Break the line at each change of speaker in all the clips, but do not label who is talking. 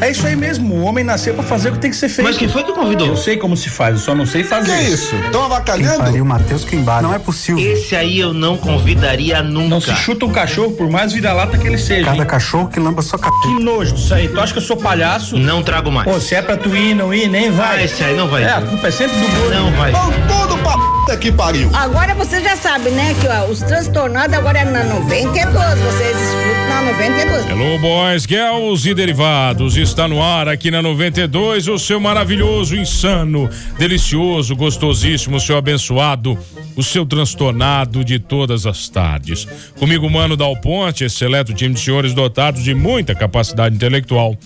É isso aí mesmo. O homem nasceu pra fazer o que tem que ser feito.
Mas quem foi que convidou?
Eu sei como se faz, eu só não sei fazer. Então
Que isso? Estão avacalhando?
Pariu, Matheus Quimbara. Não é possível.
Esse aí eu não convidaria nunca.
Não se chuta um cachorro, por mais vira-lata que ele seja.
Cada
hein?
cachorro que lamba sua cachorro.
Que nojo disso aí. Tu acha que eu sou palhaço?
Não trago mais.
Pô, se é pra tu ir, não ir, nem
Ah,
vai.
esse aí não vai.
É, a culpa é sempre do gordo.
Não vai.
Estão tudo pra puta que pariu.
Agora você já sabe, né? Que ó, os transtornados agora é na 92. Vocês escutam na 92.
Hello, boys, girls e derivados. Está no ar aqui na 92 o seu maravilhoso, insano, delicioso, gostosíssimo, seu abençoado, o seu transtornado de todas as tardes. Comigo, Mano Dal Ponte, esse seleto time de senhores dotados de muita capacidade intelectual.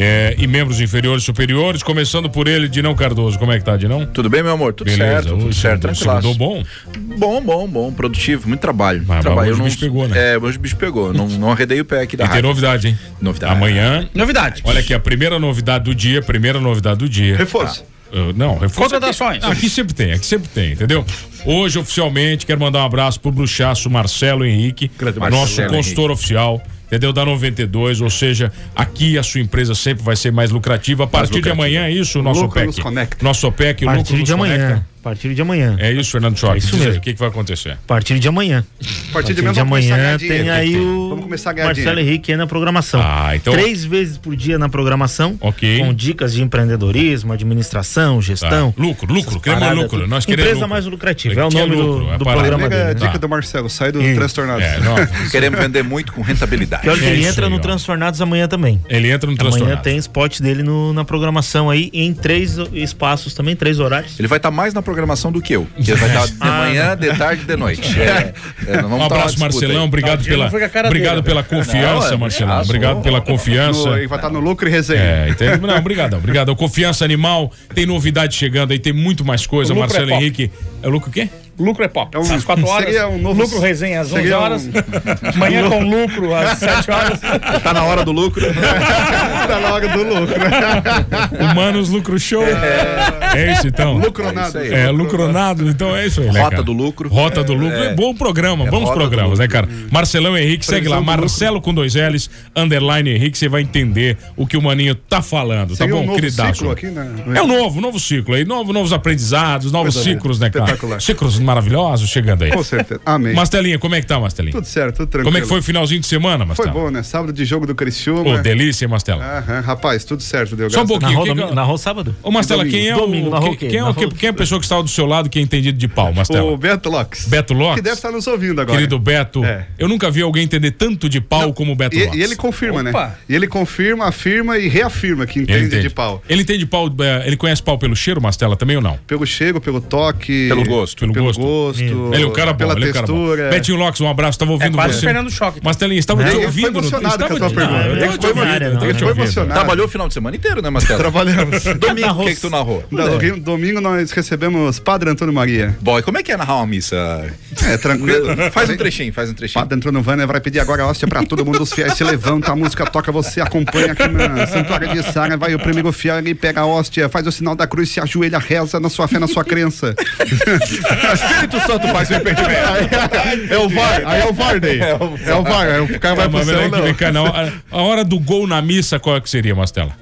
eh, e membros inferiores e superiores, começando por ele, Dinão Cardoso. Como é que tá, Dinão?
Tudo bem, meu amor? Tudo certo, tudo
hoje
certo,
o
tranquilaço.
segundo bom. Ah,
Bom, bom, bom, produtivo, muito trabalho.
Mas- mas
trabalho.
hoje o
eu não-
bicho pegou, né?
É, hoje o bicho pegou, não, não arredei o pé aqui
E
da
tem
rádio.
novidade, hein?
Novidade.
Amanhã.
Novidade.
Olha aqui, a primeira novidade do dia, primeira novidade do dia.
Reforço.
Uh, não, reforço.
Contratações.
Aqui, aqui sempre tem, aqui sempre tem, entendeu? Hoje, oficialmente, quero mandar um abraço pro bruxaço Marcelo Henrique,
Grande
nosso
Marcelo
consultor oficial, entendeu? Da 92, ou seja, aqui a sua empresa sempre vai ser mais lucrativa. A partir
lucrativa.
de amanhã, é isso, o nosso
Lucro nos
OPEC.
conecta.
Nosso OPEC, o
A
lucro
partir
nos
de amanhã.
conecta.
A partir de amanhã.
É isso, Fernando Choque.
É isso
Diz aí,
mesmo.
o que, que vai acontecer?
A partir de amanhã.
A
A
partir
partir de amanhã tem aí o
Vamos começar a ganhar
Marcelo
dinheiro.
Henrique na programação.
Ah, então-
Três vezes por dia na programação.
Ok.
Com dicas de empreendedorismo, administração,
Tá.
gestão.
Lucro, lucro,
essas
queremos
paradas,
lucro.
tudo.
Nós queremos
Empresa
lucro.
mais lucrativa, é o
Tinha
nome do-
lucro, é
do
parada.
programa
Pega a
dele.
Tá.
dica do Marcelo, sai do transtornado.
É, não,
Queremos vender muito com rentabilidade.
Pior que
É
ele
isso
entra
aí,
no
ó.
Transtornados amanhã também.
Ele entra no
Amanhã
transtornado.
tem spot dele no- na programação aí, em três espaços também, três horários.
Ele vai estar mais na programação do que eu. Ele vai estar de manhã, de tarde e de noite. É, é, não
Ah,
vamos
Um
tá numa
abraço,
disputa
Marcelão.
aí.
Obrigado
Tadinho,
pela,
não foi com a cara
obrigado
dele,
pela confiança,
Não, é,
Marcelão.
ah,
Obrigado
sou.
pela
No-
confiança.
Ele vai estar no lucro e resenha.
É, tem, não, obrigado, obrigado. Confiança animal, tem novidade chegando aí, tem muito mais coisa.
O lucro
Marcelo
é pop.
Henrique. É lucro o quê?
Lucro é pop.
É um-
às 4 horas.
seria um novo-
lucro resenha às 11
seria um-
horas. Amanhã com lucro às 7 horas.
Tá na hora do lucro. tá na hora do lucro.
né?
Humanos Lucro Show. É, isso então.
Lucronado.
É isso aí.
É, lucronado, então é isso aí. né,
Rota
cara?
do lucro.
Rota do lucro. É, bom programa, bons
rota do
programas,
lucro.
né,
Hum.
cara? Marcelão Henrique, segue lá,
do lucro.
Marcelo com dois L's, underline Henrique, você vai entender o que o Maninho tá falando,
Seria
tá
um
bom,
novo
queridaço?
ciclo aqui, né?
É um novo, novo ciclo aí, novo, novos aprendizados, novos
Coisa linda.
ciclos, né, cara?
Espetacular.
Ciclos maravilhosos chegando aí.
Com certeza. Amém.
Mastelinha, como é que tá, Mastelinha?
Tudo certo, tudo tranquilo.
Como é que foi o finalzinho de
Foi né? Ah,
semana, Mastela?
bom, né? Sábado de jogo do
Ô,
Criciúma.
delícia, hein, Mastela?
Aham, rapaz, tudo certo, deu
Só um
graças a
pouquinho.
Narrou,
quem que-
domingo, narrou sábado?
Ô, Mastela,
Domingo.
quem é
Domingo,
o.
narrou
Quem,
o quê?
quem é, o-
Narrou-
quem é a pessoa que estava do seu lado que é entendido de pau,
Deus. O
Mastela?
Beto Lopes.
Beto Lopes?
Que deve estar nos ouvindo agora.
Querido Beto,
É.
eu nunca vi alguém entender tanto de pau como o Beto
E,
Lopes.
e ele confirma,
Opa.
né? E ele confirma, afirma e reafirma que
Ele
entende, de pau.
Ele entende pau, é, ele conhece pau pelo cheiro, Mastela, também ou não?
Pelo chego, pelo toque.
Pelo gosto.
Pelo,
Pelo
gosto.
gosto,
Ele é um cara bom,
pela
ele é um cara bom.
textura.
Betinho Lopes, um abraço, tava
É
ouvindo
quase
você.
Fernando Choque.
Mastelinha, estava
Não,
te
ele foi
ouvindo.
emocionado
estava
com a tua
te-
pergunta.
eu
Ele
tava te
foi
ouvindo,
emocionado,
eu tava
né?
te
Foi
ouvindo.
emocionado.
Trabalhou o final de semana inteiro, né, Marcelo?
Trabalhamos.
Domingo,
Narrou-
o que, que tu narrou?
Não, domingo, domingo nós recebemos Padre Antônio Maria.
Boy, como é que é narrar uma missa?
É, tranquilo.
Faz um trechinho, faz um trechinho.
Padre entrou no Vanner, vai pedir agora a hóstia pra todo mundo. Os fiéis se levanta, a música toca, você acompanha aqui na Santuário de Sara. Vai o primeiro fiel, ele pega a hóstia, faz o sinal da cruz, se ajoelha, reza na sua fé, na sua crença.
Espírito Santo faz o
É o VAR, aí é o VAR, Ney. É o VAR, aí o cara vai
Mas
pro céu,
peraí que vem
não.
cá, não. A a hora do gol na missa, qual é que seria, Mastela?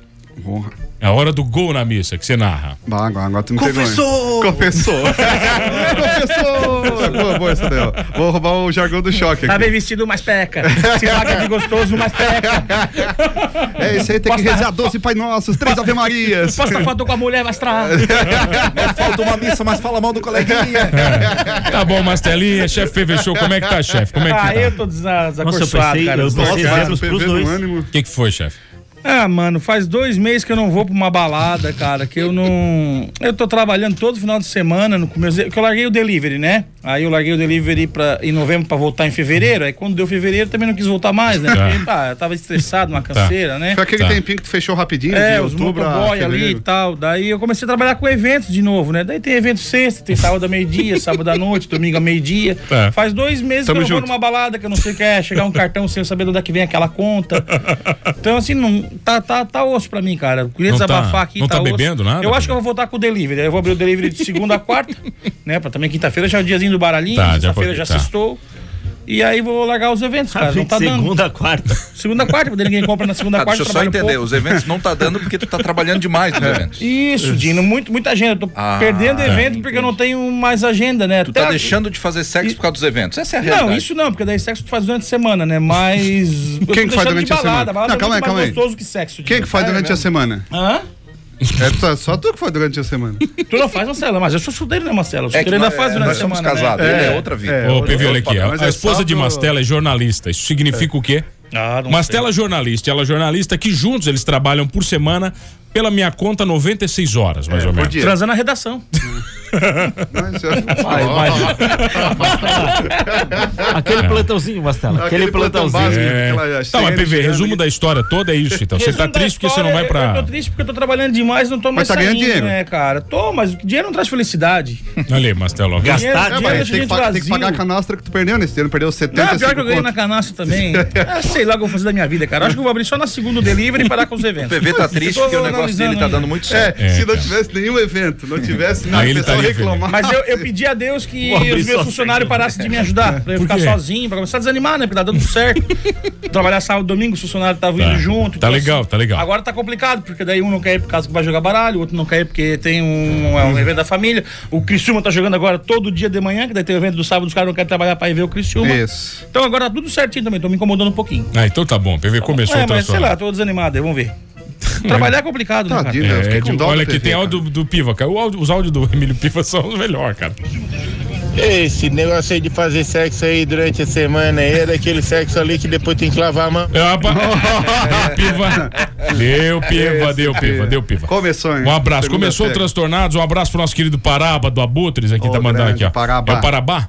Porra.
A hora do gol na missa, que você narra.
Bah, Agora, agora tu me Confessou! Confessou! Confessou! Boa, boa essa daí, ó. Vou roubar o jargão do choque
Tá
aqui.
bem vestido, mas peca. Se paga de gostoso, mas peca.
É isso aí, tem que
Posta-
rezar 12 Pai Nossos, três Ave Marias. É,
Posta foto com a mulher, mas traz.
Falta uma missa, mas fala mal do coleguinha.
Tá bom, Mastelinha, chefe PV Show, como é que tá, chefe? Como é que
Ah, eu
tá?
tô desa-
Nossa, eu
desacorçoado,
pensei,
cara.
eu
Eu tô-
pensei
Cara,
exemplos
PV
pros
no
dois.
ânimo.
O que que foi, chefe?
Ah, mano, faz dois meses que eu não vou pra uma balada, cara, que eu não. Eu tô trabalhando todo final de semana no começo. Porque eu larguei o delivery, né? Aí eu larguei o delivery pra, em novembro pra voltar em fevereiro. Aí quando deu fevereiro também não quis voltar mais, né?
Tá.
Porque, pá, eu tava estressado, uma canseira, né?
Foi aquele
Tá.
tempinho que tu fechou rapidinho,
É,
de
os
outubro a
motoboy ali e
fevereiro.
tal. Daí eu comecei a trabalhar com eventos de novo, né? Daí tem evento sexta, tem sábado a meio-dia, sábado à noite, domingo a meio-dia.
É.
Faz dois meses
Tamo
que eu não vou
junto.
numa balada, que eu não sei o que é, chegar um cartão sem eu saber de onde é que vem aquela conta. Então, assim, não, tá, tá, tá osso pra mim, cara. Eu queria
Não tá-
desabafar aqui.
não tá
osso.
bebendo nada,
Eu
cara?
acho que eu vou voltar com o delivery. Aí Eu vou abrir o delivery de segunda a quarta, né? Pra também quinta-feira já é o diazinho do baralhinho,
Tá, já
sexta-feira
foi-
já
tá.
sextou. E aí vou largar os eventos, cara. Não tá dando.
segunda a quarta.
Segunda, quarta, porque ninguém compra na segunda,
Ah,
quarta.
deixa eu só
trabalha um
entender,
pouco. É.
os eventos não tá dando porque tu tá trabalhando demais nos eventos.
Isso, Dino, muito, muita agenda. Eu tô
Ah,
perdendo evento porque
entendi.
eu não tenho mais agenda, né?
Tu tá deixando de fazer sexo
E-
por causa dos eventos. Essa é a realidade.
Não, isso não, porque daí sexo tu faz durante a semana, né? Mas. eu tô
Quem que faz
deixando
durante
de
a
balada.
semana?
Balada
Não,
é
calma aí,
muito
calma
mais
aí.
gostoso que sexo.
Quem é que faz durante a semana?
É, né? Hã?
É só- só tu que faz durante a semana.
Tu não faz, Marcelo, mas eu sou solteiro, né, Marcelo?
É que
Solteiro ainda
nós,
faz
é,
durante a
nós somos
semana. né?
casados, ele é outra vida.
Ô, Pevi, olha
outro
aqui. ó.
padrão, mas
A
é
esposa
só
de
pro- É.
Mastela é jornalista. Isso significa o quê?
Ah, não
Mastela é jornalista. Ela é jornalista que juntos eles trabalham por semana, pela minha conta, 96 horas, mais ou
por
menos.
sei.
dia.
Transando na redação.
Mas é-
Aquele plantãozinho, Mastela. Aquele,
Aquele plantão
plantãozinho.
básico.
É.
Aquela
Tá, mas
série
PV,
girando
resumo
ali.
da história toda é isso, então. Você tá
Resumo da
triste porque você não vai
história, Eu
pra.
tô triste porque eu tô trabalhando demais, não tô mais
tá ganhando
saindo,
dinheiro.
né, cara? Tô, mas o dinheiro não traz felicidade.
Olha aí, Mastelo. ó.
Gastar
Dinheiro-
tá,
É,
dinheiro
mas
deixa
tem,
a gente
que pagar, tem que pagar a
vazio.
canastra que tu perdeu nesse ano, perdeu
Não,
75
Ah, pior que eu ganhei
conto.
na canastra também. Ah, sei lá o que eu vou fazer da minha vida, cara. Acho que eu vou abrir só na segunda o delivery e parar com os
O
eventos.
PV tá
Eu
triste
tô
porque o negócio
analisando
dele tá
ainda.
dando muito certo.
É,
É,
se não
cara.
tivesse nenhum evento, não tivesse nada,
Aí
o
ele tá
pessoal
estaria feliz.
reclamar.
Mas eu, eu pedi a Deus que
Vou abrir
os
só
meus funcionários
segunda.
parassem de me ajudar, pra eu
Por
ficar
quê?
sozinho, pra começar a desanimar, né? Porque tá dando certo. Trabalhar sábado, domingo, os funcionários estavam
Tá.
indo junto.
Tá
então,
legal,
assim,
tá legal.
Agora tá complicado, porque daí um não quer ir por causa que vai jogar baralho, o outro não quer ir porque tem um, é um evento da família. O Criciúma tá jogando agora todo dia de manhã, que daí tem o evento do sábado, os caras não querem trabalhar pra ir ver o Criciúma.
Isso.
Então agora tá tudo certinho também, tô me incomodando um pouquinho.
Ah, então tá bom. PV começou
é,
o
mas sei lá,
transtorno.
tô desanimado, aí, vamos ver. Trabalhar é complicado, né, cara?
Tadinho, né? Eu
É,
fiquei com
Edil,
dó
olha
do
aqui,
PV,
tem áudio do, do Piva, cara. O áudio- os áudios do Emílio Piva são os melhores, cara.
Esse negócio aí de fazer sexo aí durante a semana aí é daquele sexo ali que depois tem que lavar a mão.
É, opa. piva. Deu,
É.
piva, deu, piva, deu, piva.
Começou, hein?
Um abraço. Começou o
Segunda-feira.
Transtornados. Um abraço pro nosso querido Paraba do Abutres, aqui
Ô,
tá mandando
grande
aqui, ó.
Paraba.
É o Parabá?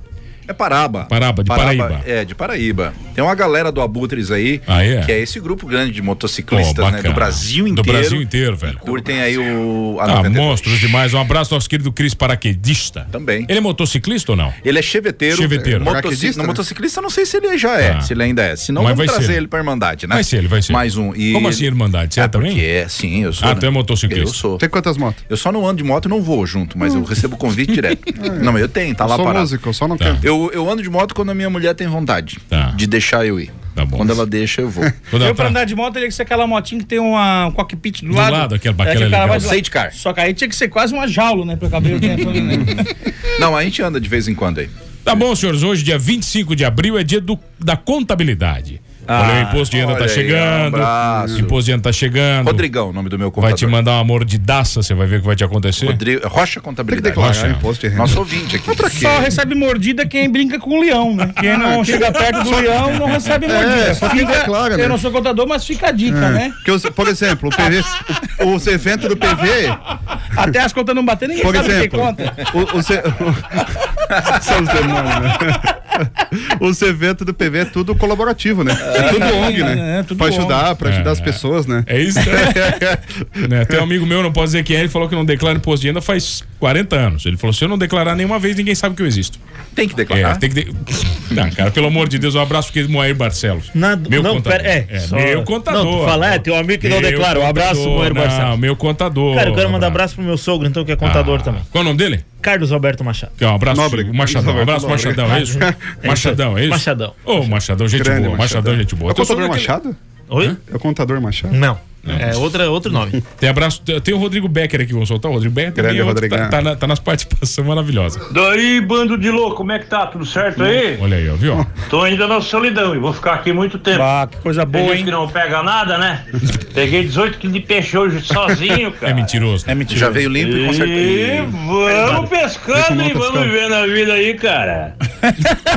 É Paraba.
Paraba, de Paraíba.
É, de Paraíba. Tem uma galera do Abutres aí,
Ah, é?
que é esse grupo grande de
Pô,
motociclistas, né?
bacana.
Do Brasil
Do
inteiro.
Brasil inteiro, velho.
Curtem aí o... a
Ah,
92.
monstros demais. Um abraço ao nosso querido Cris Paraquedista.
Também.
Ele é motociclista ou não?
Ele é cheveteiro.
Cheveteiro.
Motociclista,
Paraquedista, né?
motociclista, não sei se ele já é,
Ah.
se ele ainda é. Se não,
Mas
vamos
vai ser
trazer
ele.
ele pra Irmandade, né?
Vai ser ele, vai ser.
Mais um. E
Como
ele-
assim, Irmandade? Você é
Ah,
também?
Porque é, sim, eu sou.
Ah, tu é motociclista.
Eu sou.
Tem quantas motos?
Eu só não ando de moto e não vou junto, mas eu recebo convite direto. Não, mas eu tenho, tá
Eu
lá
sou um
parado.
músico, eu só não
Tá.
canto.
Eu, eu ando de moto quando a minha mulher tem vontade
Tá.
de deixar eu ir.
Tá bom.
Quando ela deixa, eu vou.
Vou dar
eu, pra
pra-
andar de moto, teria que ser aquela motinha que tem uma, um cockpit do,
tá. Do
lado.
lado,
É,
aquela bacana
que o cara
legal.
vai de lado.
Safety car.
Só que aí tinha que ser quase uma jaula, né? Pra caber o tempo ali, né?
não, a gente anda de vez em quando aí.
Tá bom, senhores. Hoje, dia 25 de abril, é dia do, da contabilidade. olha, o imposto de renda
Ah, olha
tá
aí,
chegando.
um abraço.
imposto de renda tá chegando.
Rodrigão, o nome do meu
Vai te
computador.
mandar um uma mordidaça, você vai ver o que vai te acontecer.
Rodrigo, Rocha
Tem que
Contabilidade.
declarar
Rocha.
imposto de renda.
Nosso ouvinte aqui. Pra
Só recebe mordida quem brinca com o leão, né?
Ah,
Quem não chega perto do leão não recebe mordida.
É, só quem
Fica-
declara,
eu
né? É.
não sou contador, mas fica a dica, né?
Porque os- por exemplo, o PV, o- os eventos do PV,
Até as contas não bater, ninguém
por
sabe quem
exemplo,
conta.
o- os e- são os demônios, né? Os eventos do PV é tudo colaborativo, né? É tudo ONG, né?
É, é tudo
pra ajudar, pra ajudar as pessoas, né?
É isso? né? Tem um amigo meu, não posso dizer quem é, ele falou que não declara imposto de renda faz 40 anos. Ele falou: se eu não declarar nenhuma vez, ninguém sabe que eu existo.
Tem que
É,
declarar.
tem que. De... Não, cara, pelo amor de Deus, um abraço pro Moair Barcelos.
Nada,
meu
não,
contador.
pera, é, só-
meu contador.
Não, tu fala, é, tem um amigo que não
Meu
declara. Um abraço,
contador,
Moer
Não,
Barcelos.
meu contador.
Cara, eu quero mandar abraço pro meu sogro, então, que é contador
Ah,
também.
Qual é o nome dele?
Carlos Alberto Machado.
Que é um abraço,
Nóbrega.
o Machadão. Um abraço,
Nóbrega.
Machadão, é isso? Machadão, é isso?
Machadão.
Ô, Machadão, gente
Grande
boa. Machadão, gente boa. um
É o
Teu
contador
sobrinho aquele-
Machado?
Oi?
É o contador
Hum.
Machado?
Não. É outra, outro nome.
Tem abraço. tem- Tem o Rodrigo Becker aqui, vamos soltar o Rodrigo Becker.
Grande né?
também é outro,
Rodrigão.
Tá, tá, na- tá nas participações maravilhosas.
Daí, bando de louco, como é que tá? Tudo certo aí?
Olha aí, ó, viu?
Tô ainda na solidão e vou ficar aqui muito tempo.
Ah, que coisa
Tem
boa,
gente
hein?
que não pega nada, né? Peguei 18 quilos de peixe hoje sozinho, cara.
É mentiroso.
É mentira.
Já veio limpo e com
E
certeza.
vamos pescando e
Deixa eu
vamos
montar
vivendo a vida aí, cara.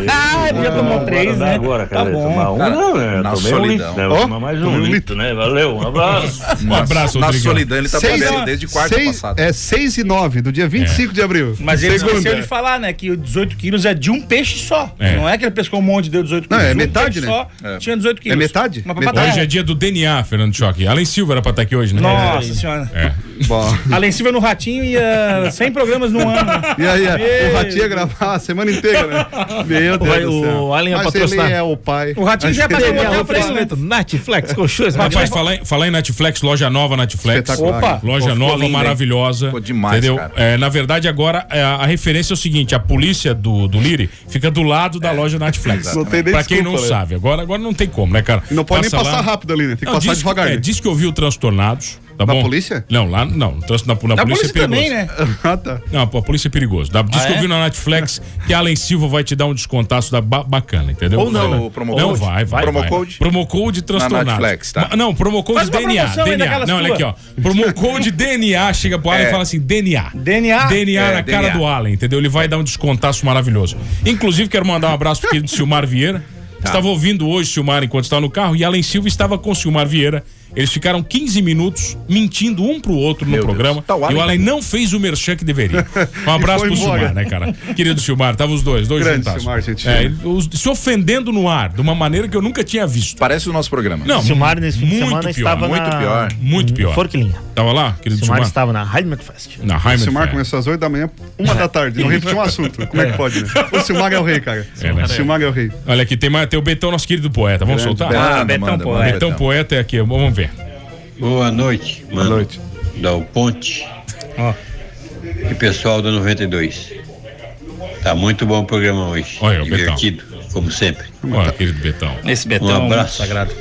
Ah, ele já tomou três,
Agora,
né?
Agora,
tá
cara,
bom.
tomar um,
Cara,
não, né?
na
Tomei um
solidão.
litro, né? Vou
Ó,
tomar mais um
tomei um
litro, né? Valeu, um abraço.
Um abraço,
Na
Rodrigão.
solidão, ele tá
Seis-
perdendo desde quarta
seis-
passada.
É 6 e 9, do dia 25 de abril.
Mas ele esqueceu
Segunda.
de falar, né? Que o 18 quilos é de um peixe só.
É.
Não é que ele pescou um monte e deu 18
Não,
quilos.
é
Um
metade,
peixe
né?
Só
É.
Tinha 18 quilos.
metade?
Mas pra
Metade.
batalha-
Hoje é dia do DNA, Fernando Choque. Alan Silva era pra estar aqui hoje, né?
Nossa senhora.
É.
Bom.
A Lencinha no Ratinho ia 100 programas no ano. né?
E aí, é,
Meu
o Ratinho ia gravar a semana inteira, né? Meu Deus do céu. Mas ele é o pai.
O Ratinho já
Mas ele
pegou
é
até
o
o preço.
Netflix, colchões,
Rapaz, falar em, falar em Netflix, loja nova Netflix.
Espetacular. Opa.
Loja
Pô, ficou
nova,
lindo, hein?
maravilhosa.
Ficou demais,
entendeu?
cara.
É, na verdade, agora é, a referência é o seguinte: a polícia do, do Lire fica do lado da loja Netflix.
É, Não tem nem
pra quem não
desculpa, né?
sabe. Agora, agora não tem como, né, cara?
E Não pode nem
Passa
passar
lá.
rápido ali, né? Tem que
Não,
passar
diz,
devagar.
é,
né?
diz que ouviu o Transtornados. Tá
Da
bom?
polícia?
Não, lá não. trans- Na, na
Da
polícia,
polícia
é perigoso.
também, né?
Ah, tá.
Não, pô, a polícia é perigoso. Dá- Diz que eu vi na Netflix que a Alan Silva vai te dar um descontaço da ba- bacana, entendeu?
Ou não,
Vai lá.
o promo
Não,
code.
vai, vai.
Promo
vai.
code?
Promo code transtornado.
Netflix, tá?
Ma- Não, promo code
Faz uma
DNA.
promoção aí
DNA.
daquelas
Não, olha
tua.
aqui, ó. Promo code DNA chega pro Alan e
É.
fala assim: DNA.
Ah,
DNA?
DNA
É,
na cara
DNA.
do Alan, entendeu? Ele vai dar um descontaço maravilhoso. Inclusive, quero mandar um abraço pro querido Silmar Vieira.
Tá.
Estava ouvindo hoje Silmar enquanto estava no carro e Alan Silva estava com Silmar Vieira. Eles ficaram 15 minutos mentindo um pro outro no
Meu Deus.
programa.
Tá, o Alan
e o Alan não fez o merchan que deveria. Um abraço
E foi
pro
embora.
Silmar, né, cara? Querido Silmar, tava os dois, dois
Grande
juntas.
Silmar, gente.
É, os- se ofendendo no ar, de uma maneira que eu nunca tinha visto.
Parece o nosso programa.
Não,
Silmar nesse fim de
muito
semana
pior,
estava
muito
na...
pior.
Muito pior.
Forquilinha.
Tava lá, querido
Silmar
Silmar?
estava na Heimatfest.
Na Heimer,
O Silmar
é.
começou às 8 da manhã, uma da tarde. Não repetiu um assunto. Como é que pode, né? O Silmar é o rei, cara.
É, né?
O Silmar é o rei.
Olha aqui, tem, mais, tem o Betão, nosso querido poeta. Vamos soltar?
Ah, Betão Poeta.
Betão Poeta é aqui, vamos ver.
Boa noite, mano. Boa noite. Dal Ponte. E pessoal do 92. Tá muito bom o programa hoje.
Olha, o Betão.
Divertido, como sempre.
Olha, querido Betão.
Esse
Um
Betão
abraço.
sagrado.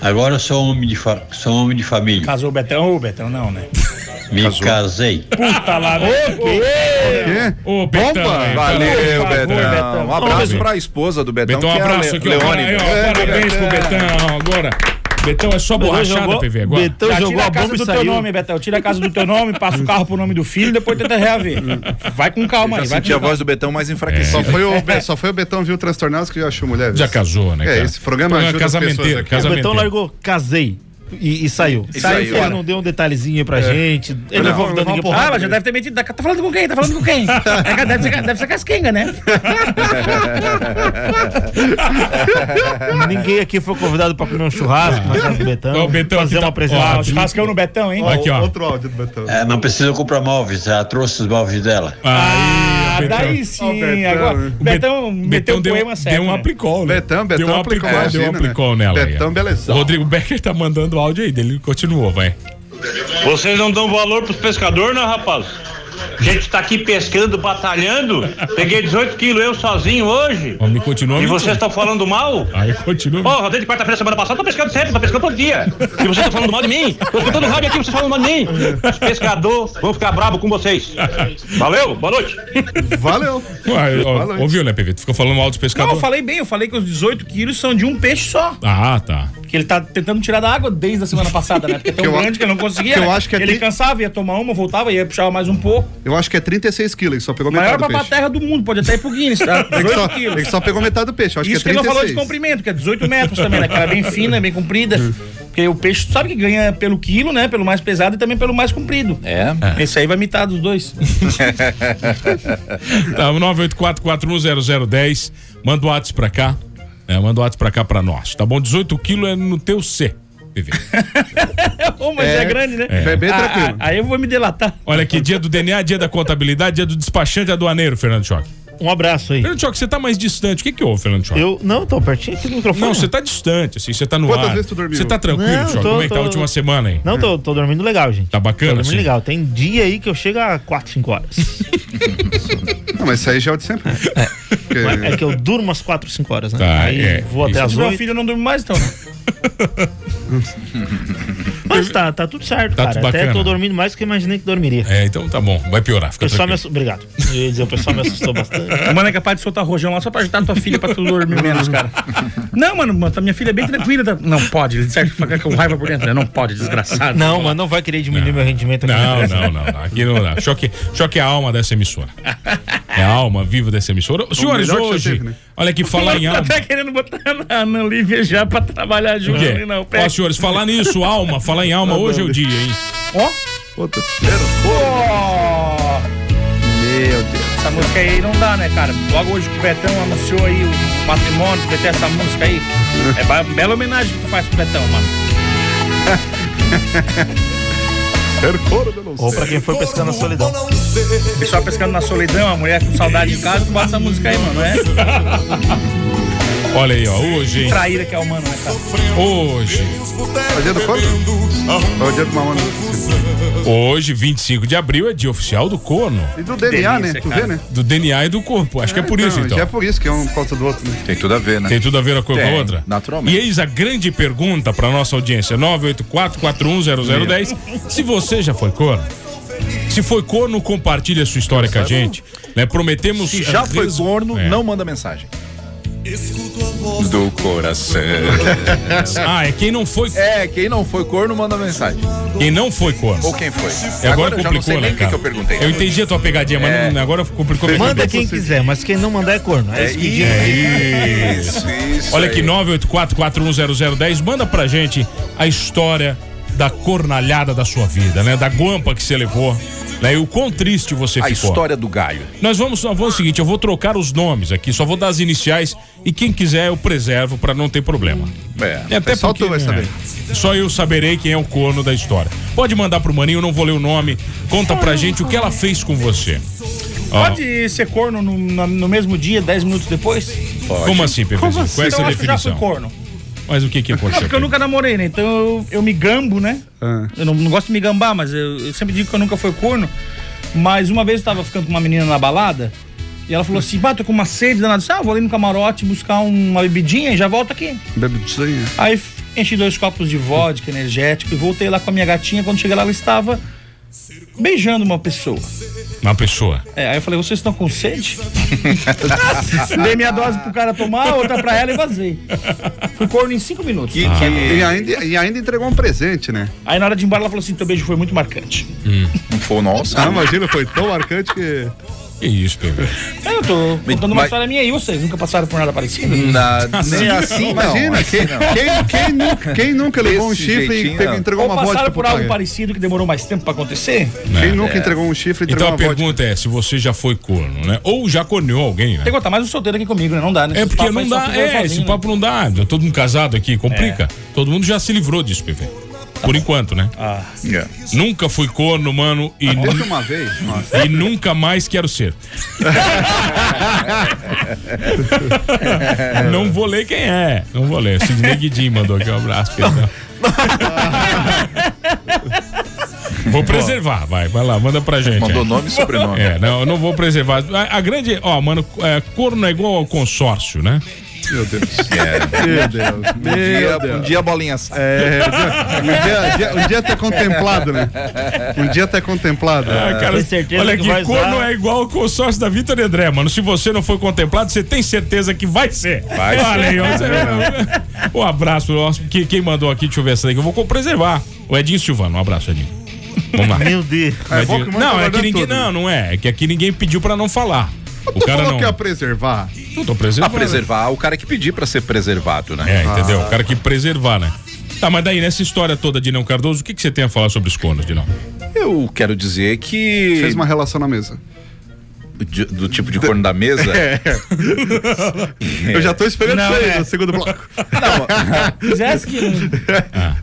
Agora eu sou homem de, fa- sou homem de família.
Casou o Betão ou o Betão não, né?
Me casei.
Puta lá, né?
Quê?
Ô, Betão.
Bomba!
hein?
Valeu,
Por favor,
Betão. Um abraço
Betão.
pra esposa do Betão.
Betão, um
que é a
abraço
Le-
aqui, ó.
Leone. É,
Aí, ó, Parabéns pro Betão agora. Betão é só borrachada,
jogou-
PV, agora.
Betão
Já
jogou
tira
a
a casa
bomba e
do
saiu.
teu nome, Betão. Tira a casa do teu nome, passa o carro pro nome do filho, depois tenta reaver. Vai com calma aí,
Já
vai com
senti a
calma.
voz do Betão mais enfraquecida.
Só foi, o, Be- só foi o Betão viu o Transtornados que já achou mulher.
Já casou, né,
É,
cara?
esse programa ajuda as pessoas
casamenteiro,
aqui.
O
casamenteiro.
Betão largou, casei. E, e saiu.
E
saiu,
saiu,
ele
cara.
não deu um detalhezinho
É.
pra gente. Ele não foi
Não, levou
dando
uma
ninguém pra
Ah,
nada.
ela já deve ter metido. Tá falando com quem? Tá falando com quem? É, deve, ser, deve ser casquenga, né?
Ninguém aqui foi convidado pra comer um churrasco na casa do Betão.
Ó, o Betão
fazer
aqui
uma
tá- ó,
Ah,
apresentação.
o churrascão no Betão, hein?
Aqui, ó.
Outro áudio do Betão.
É, não precisa comprar móveis, já trouxe os móveis dela.
Ah,
tá Aí, o Betão.
daí
Ó,
sim.
o Betão,
Agora,
né?
o Betão meteu
Betão
o
deu,
poema certo.
deu um
né?
aplicol. né?
Betão, Betão
deu um
aplicou,
aplicol, deu
imagina,
um
né?
aplicol nela. aí, ó.
Betão, belezão.
O Rodrigo Becker tá mandando o áudio aí dele, continuou, vai.
Vocês não dão valor pros pescadores, não, rapaz? A gente tá aqui pescando, batalhando. Peguei 18 quilos eu sozinho hoje.
O homem continua.
E
mentindo.
vocês estão falando mal?
Aí continua.
Porra, desde quarta-feira, semana passada, tô pescando sempre, tô pescando todo dia. E vocês estão falando mal de mim. Tô escutando o rádio aqui, vocês falando mal de mim. Os pescadores vão ficar bravos com vocês. Valeu, boa noite.
Valeu.
Ué, ó,
Fala aí.
ouviu, né, PV? Tu ficou falando mal dos
Não, eu
pescadores.
falei bem, eu falei que os 18 quilos são de um peixe só.
Ah, tá.
Que ele tá tentando tirar da água desde a semana passada, né? Porque é tão
Que eu a-
grande que ele não conseguia.
que eu
né?
acho que é
ele
tri-
cansava, ia tomar uma, voltava, ia puxar mais um pouco.
Eu acho que é 36 quilos, só pegou
Maior
metade do peixe.
babaterra do mundo, pode até ir pro Guinness, tá?
Ele
18
só,
quilos.
ele só pegou metade do peixe, eu acho
Isso
que
que
é
ele não falou de
36.
comprimento, que é 18 metros também, né? Cara, é bem fina, é bem comprida. Porque o peixe tu sabe que ganha pelo quilo, né? Pelo mais pesado e também pelo mais comprido.
É?
Esse aí vai mitar dos dois.
Tá, o 984410010. Manda o WhatsApp pra cá. né? manda o WhatsApp pra cá pra nós. Tá bom? 18 quilos é no teu C, PV.
Ô, mas é, grande, né?
É bem
Ah,
tranquilo.
ah, aí eu vou me delatar.
Olha aqui, dia do DNA, dia da contabilidade, dia do despachante aduaneiro, Fernando Choque.
Um abraço aí.
Fernando Choque, você tá mais distante. O que que houve, Fernando Choque?
Eu não, tô pertinho aqui do microfone.
Não, você tá distante, assim, você tá no
Quantas
ar.
vezes tu dormiu?
Você tá tranquilo,
Não,
Choque?
tô-
Como é que tá a
tô-
última semana aí?
Não, tô, tô dormindo legal, gente.
Tá bacana,
Tô dormindo
sim.
legal. Tem dia aí que eu chego a 4, 5 horas.
Não, mas isso aí já é o de sempre. Porque-
é que eu durmo às 4, 5 horas, né?
Tá,
aí
é,
vou
isso.
Se
até as
tiver um
8.
filho, eu não durmo mais, então.
Mas tá, tá tudo certo,
Tá
cara.
tudo
até
bacana.
tô dormindo mais do que eu imaginei que dormiria.
É, então tá bom, vai piorar,
O
fica
pessoal me
tranquilo.
assustou. Obrigado. Eu ia dizer, o pessoal me assustou bastante.
A Mano, é capaz de soltar rojão lá só pra ajudar tua filha pra tu dormir menos, cara. Não, mano, mano, tá- minha filha é bem tranquila. tá- Não pode, ele disse que fica com raiva por dentro, né? Não pode, desgraçado.
Não, mas não vai querer diminuir meu rendimento aqui.
Não, não, não, não. Aqui não dá. Choque, choque é a alma dessa emissora. É a alma viva dessa emissora. Senhores,
melhor que você
hoje.
teve, né?
Olha aqui, falar em
Tá
alma.
até querendo botar na Lívia já pra trabalhar
O
junto
quê?
ali, não.
Ó,
Pega.
senhores, falar nisso, alma, falar em alma, hoje é o dia, hein?
Ó,
Puta,
ó.
meu Deus.
Essa música aí não dá, né, cara? Logo hoje que o Betão anunciou aí o patrimônio, que vai ter essa música aí. É ba- bela homenagem que tu faz pro Betão, mano.
Isso
Corcoro do
Ou pra quem foi pescando na solidão.
Pessoal pescando na solidão, a mulher com saudade de casa, tu bota essa música aí, mano, é?
Olha aí, ó, hoje, hein?
Traíra que é humano, né, cara?
Hoje.
É o dia do corno? É o dia do mamão.
Hoje, 25 de abril, é dia oficial do corno.
E do DNA, né? Tu vê, né?
Do DNA e do corpo. Acho que é por isso, então.
Já é por isso que é um por causa do outro, né?
Tem tudo a ver, né?
Tem tudo a ver uma coisa com a
Tem,
outra?
naturalmente.
E eis a grande pergunta para nossa audiência: 984-410010. Se você já foi corno. Se foi corno, compartilha a sua história com a gente. Né? Prometemos.
Se já
às
foi
vezes-
corno,
É.
não manda mensagem.
Do coração. ah, é quem não foi.
É, quem não foi corno, manda mensagem.
Quem não foi corno.
Ou quem foi.
E agora,
eu já não
complicou,
sei
né,
nem o que
cara?
que eu perguntei.
Eu entendi a tua pegadinha, mas
É.
não- agora complicou a minha
Manda
cabeça.
quem quiser, mas quem não mandar é corno. É,
É
isso que diz.
isso, é isso.
Olha
aí.
aqui, 984410010, manda pra gente a história da cornalhada da sua vida, né? Da guampa que você levou, né? E o quão triste você
A
ficou.
história do galho.
Nós vamos, nós vamos o seguinte, eu vou trocar os nomes aqui, só vou dar as iniciais e quem quiser eu preservo pra não ter problema.
É.
É, até
Só
porque,
tu vai saber.
é, só eu saberei quem é o corno da história. Pode mandar pro Maninho, eu não vou ler o nome. Conta pra gente o que ela fez com você. Ó,
Pode ser corno no, na- no mesmo dia, 10 minutos depois?
Como assim, Pepe? Com
Então
essa
eu acho que já fui
definição.
corno.
Mas o que que
Não,
aconteceu?
porque eu nunca namorei, né? Então eu, eu me gambo, né? Eu não, não gosto de me gambar, mas eu, eu sempre digo que eu nunca fui corno. Mas uma vez eu tava ficando com uma menina na balada e ela falou assim: Bah, tô com uma sede danada. Eu disse, ah, vou ali no camarote buscar um, uma bebidinha e já volto aqui.
Bebidinha.
Aí f- enchi dois copos de vodka energético e voltei lá com a minha gatinha. Quando cheguei lá, ela estava beijando uma pessoa.
Uma pessoa.
É, aí eu falei: Vocês estão com sede? Dei minha dose pro cara tomar, outra pra ela e vazei. Fui corno em cinco minutos.
Que,
E
que
ainda, e ainda entregou um presente, né?
Aí na hora de ir embora ela falou assim: teu beijo foi muito marcante.
não foi nossa.
Ah, imagina, foi tão marcante que.
Que isso, Pepe?
É, Eu tô contando uma
Mas- Hum.
história minha e vocês nunca passaram por nada parecido?
Na- nem assim, não.
Imagina,
assim
quem,
não.
quem, quem nunca, quem nunca levou um
Desse
chifre e
jeitinho,
pegou-
não.
entregou
Ou
uma
passaram
vodka
por
pro
algo
cara?
parecido que demorou mais tempo pra acontecer?
É.
Quem nunca entregou um chifre e entregou
Então a
uma vodka?
pergunta é se você já foi corno, né? Ou já corneou alguém, né?
Tem que botar mais um solteiro aqui comigo, né? Não dá, né?
É
Esse
porque
papo
não
aí só
dá,
fica eu
é,
sozinho,
esse
né?
papo não dá. Todo mundo casado aqui, complica. Todo mundo já se livrou disso, Pepe. Por enquanto, né?
É.
Nunca fui corno, mano, e,
Desde
nu-
uma vez, nossa.
e nunca mais quero ser. não vou ler quem é. Não vou ler. Sidney Guidim mandou aqui um abraço. Perdão. Vou preservar, vai, vai lá, manda pra gente.
Mandou
aí.
nome e sobrenome.
É, não, eu não vou preservar. A, a grande, ó, mano, é, corno é igual ao consórcio, né?
Meu Deus.
É.
Meu Deus.
Um dia,
Meu
um
Deus.
dia a bolinha sai.
É, um dia, um dia, um dia tá contemplado, né? Um dia tá contemplado.
Ah, cara,
Tem certeza
olha
que
aqui,
vai
corno
usar?
é igual ao consórcio da Vitor e André, mano. Se você não foi contemplado, você tem certeza que vai ser.
Vai
Olha
ser.
aí, ó, você vê, ó. Um abraço, ó, que, quem mandou aqui, deixa eu ver essa daqui, eu vou co- preservar. O Edinho Silvano, um abraço, Edinho. Vamos lá.
Meu Deus.
É bom que
Edinho-
manda
Não, é que
guardando
ninguém,
tudo.
não, não é, é que aqui ninguém pediu pra não falar. O
Tu
cara
falou
não.
que é ia preservar.
Eu tô
A
preservando.
Ah,
preservar, o cara que pedir pra ser preservado, né?
Ah.
É, entendeu? O cara que preservar, né? Tá, mas daí, nessa história toda de Não Cardoso, o que, que você tem a falar sobre os cornos, Dinão?
Eu quero dizer que.
Fez uma relação na mesa.
de- do tipo de corno da mesa.
Eu já tô esperando
Não,
isso aí
é.
no segundo bloco.
Fizesse que.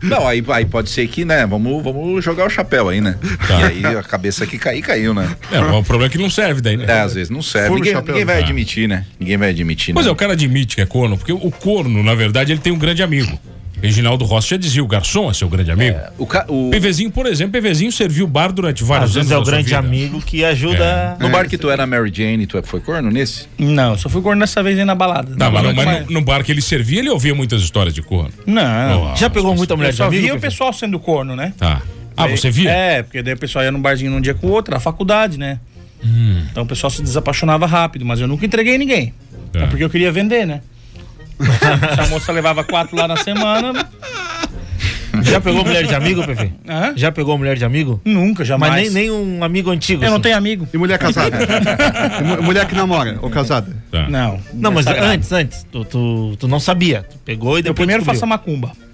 Não, aí, aí pode ser que, né? Vamos, vamos jogar o chapéu aí, né?
Tá.
E aí a cabeça que cair, caiu, né?
É, o problema é que não serve daí, né?
É, às vezes não serve.
Fura o
Ninguém,
chapéu.
ninguém vai
Ah.
admitir, né? Ninguém vai admitir,
Pois é,
né?
o cara admite que é corno, porque o corno, na verdade, ele tem um grande amigo. Reginaldo Rossi já dizia, o garçom é seu grande amigo.
O, ca- o-
PVzinho, por exemplo, PVzinho serviu o bar durante vários
Às vezes
anos.
é o
da sua
grande
vida.
amigo que ajuda.
É,
no bar que tu era Mary Jane, tu é- foi corno nesse?
Não, só fui corno dessa vez aí na balada.
Tá, mas,
balada
no, mas no, no bar que ele servia, ele ouvia muitas histórias de corno.
Não.
Ó,
Já pegou muita mulher
Eu
de
só via
amigo?
o pessoal sendo corno, né?
Tá. Ah, você via?
É, porque daí o pessoal ia num barzinho num dia com o outro, na faculdade, né? Então o pessoal se desapaixonava rápido, mas eu nunca entreguei ninguém.
Tá.
É porque eu queria vender, né? Se a moça levava quatro lá na semana, né?
Já pegou mulher de amigo, Pepe?
Hã?
Já pegou mulher de amigo?
nunca, jamais.
Mas nem, nem um amigo antigo.
Eu não
assim.
tenho amigo.
E mulher casada. Mu- mulher que namora, ou casada.
Tá.
Não.
Não, mas
Sagrado.
antes, antes, tu, tu, tu não sabia. Tu pegou e
Eu
depois.
primeiro faço a
descobriu,
macumba.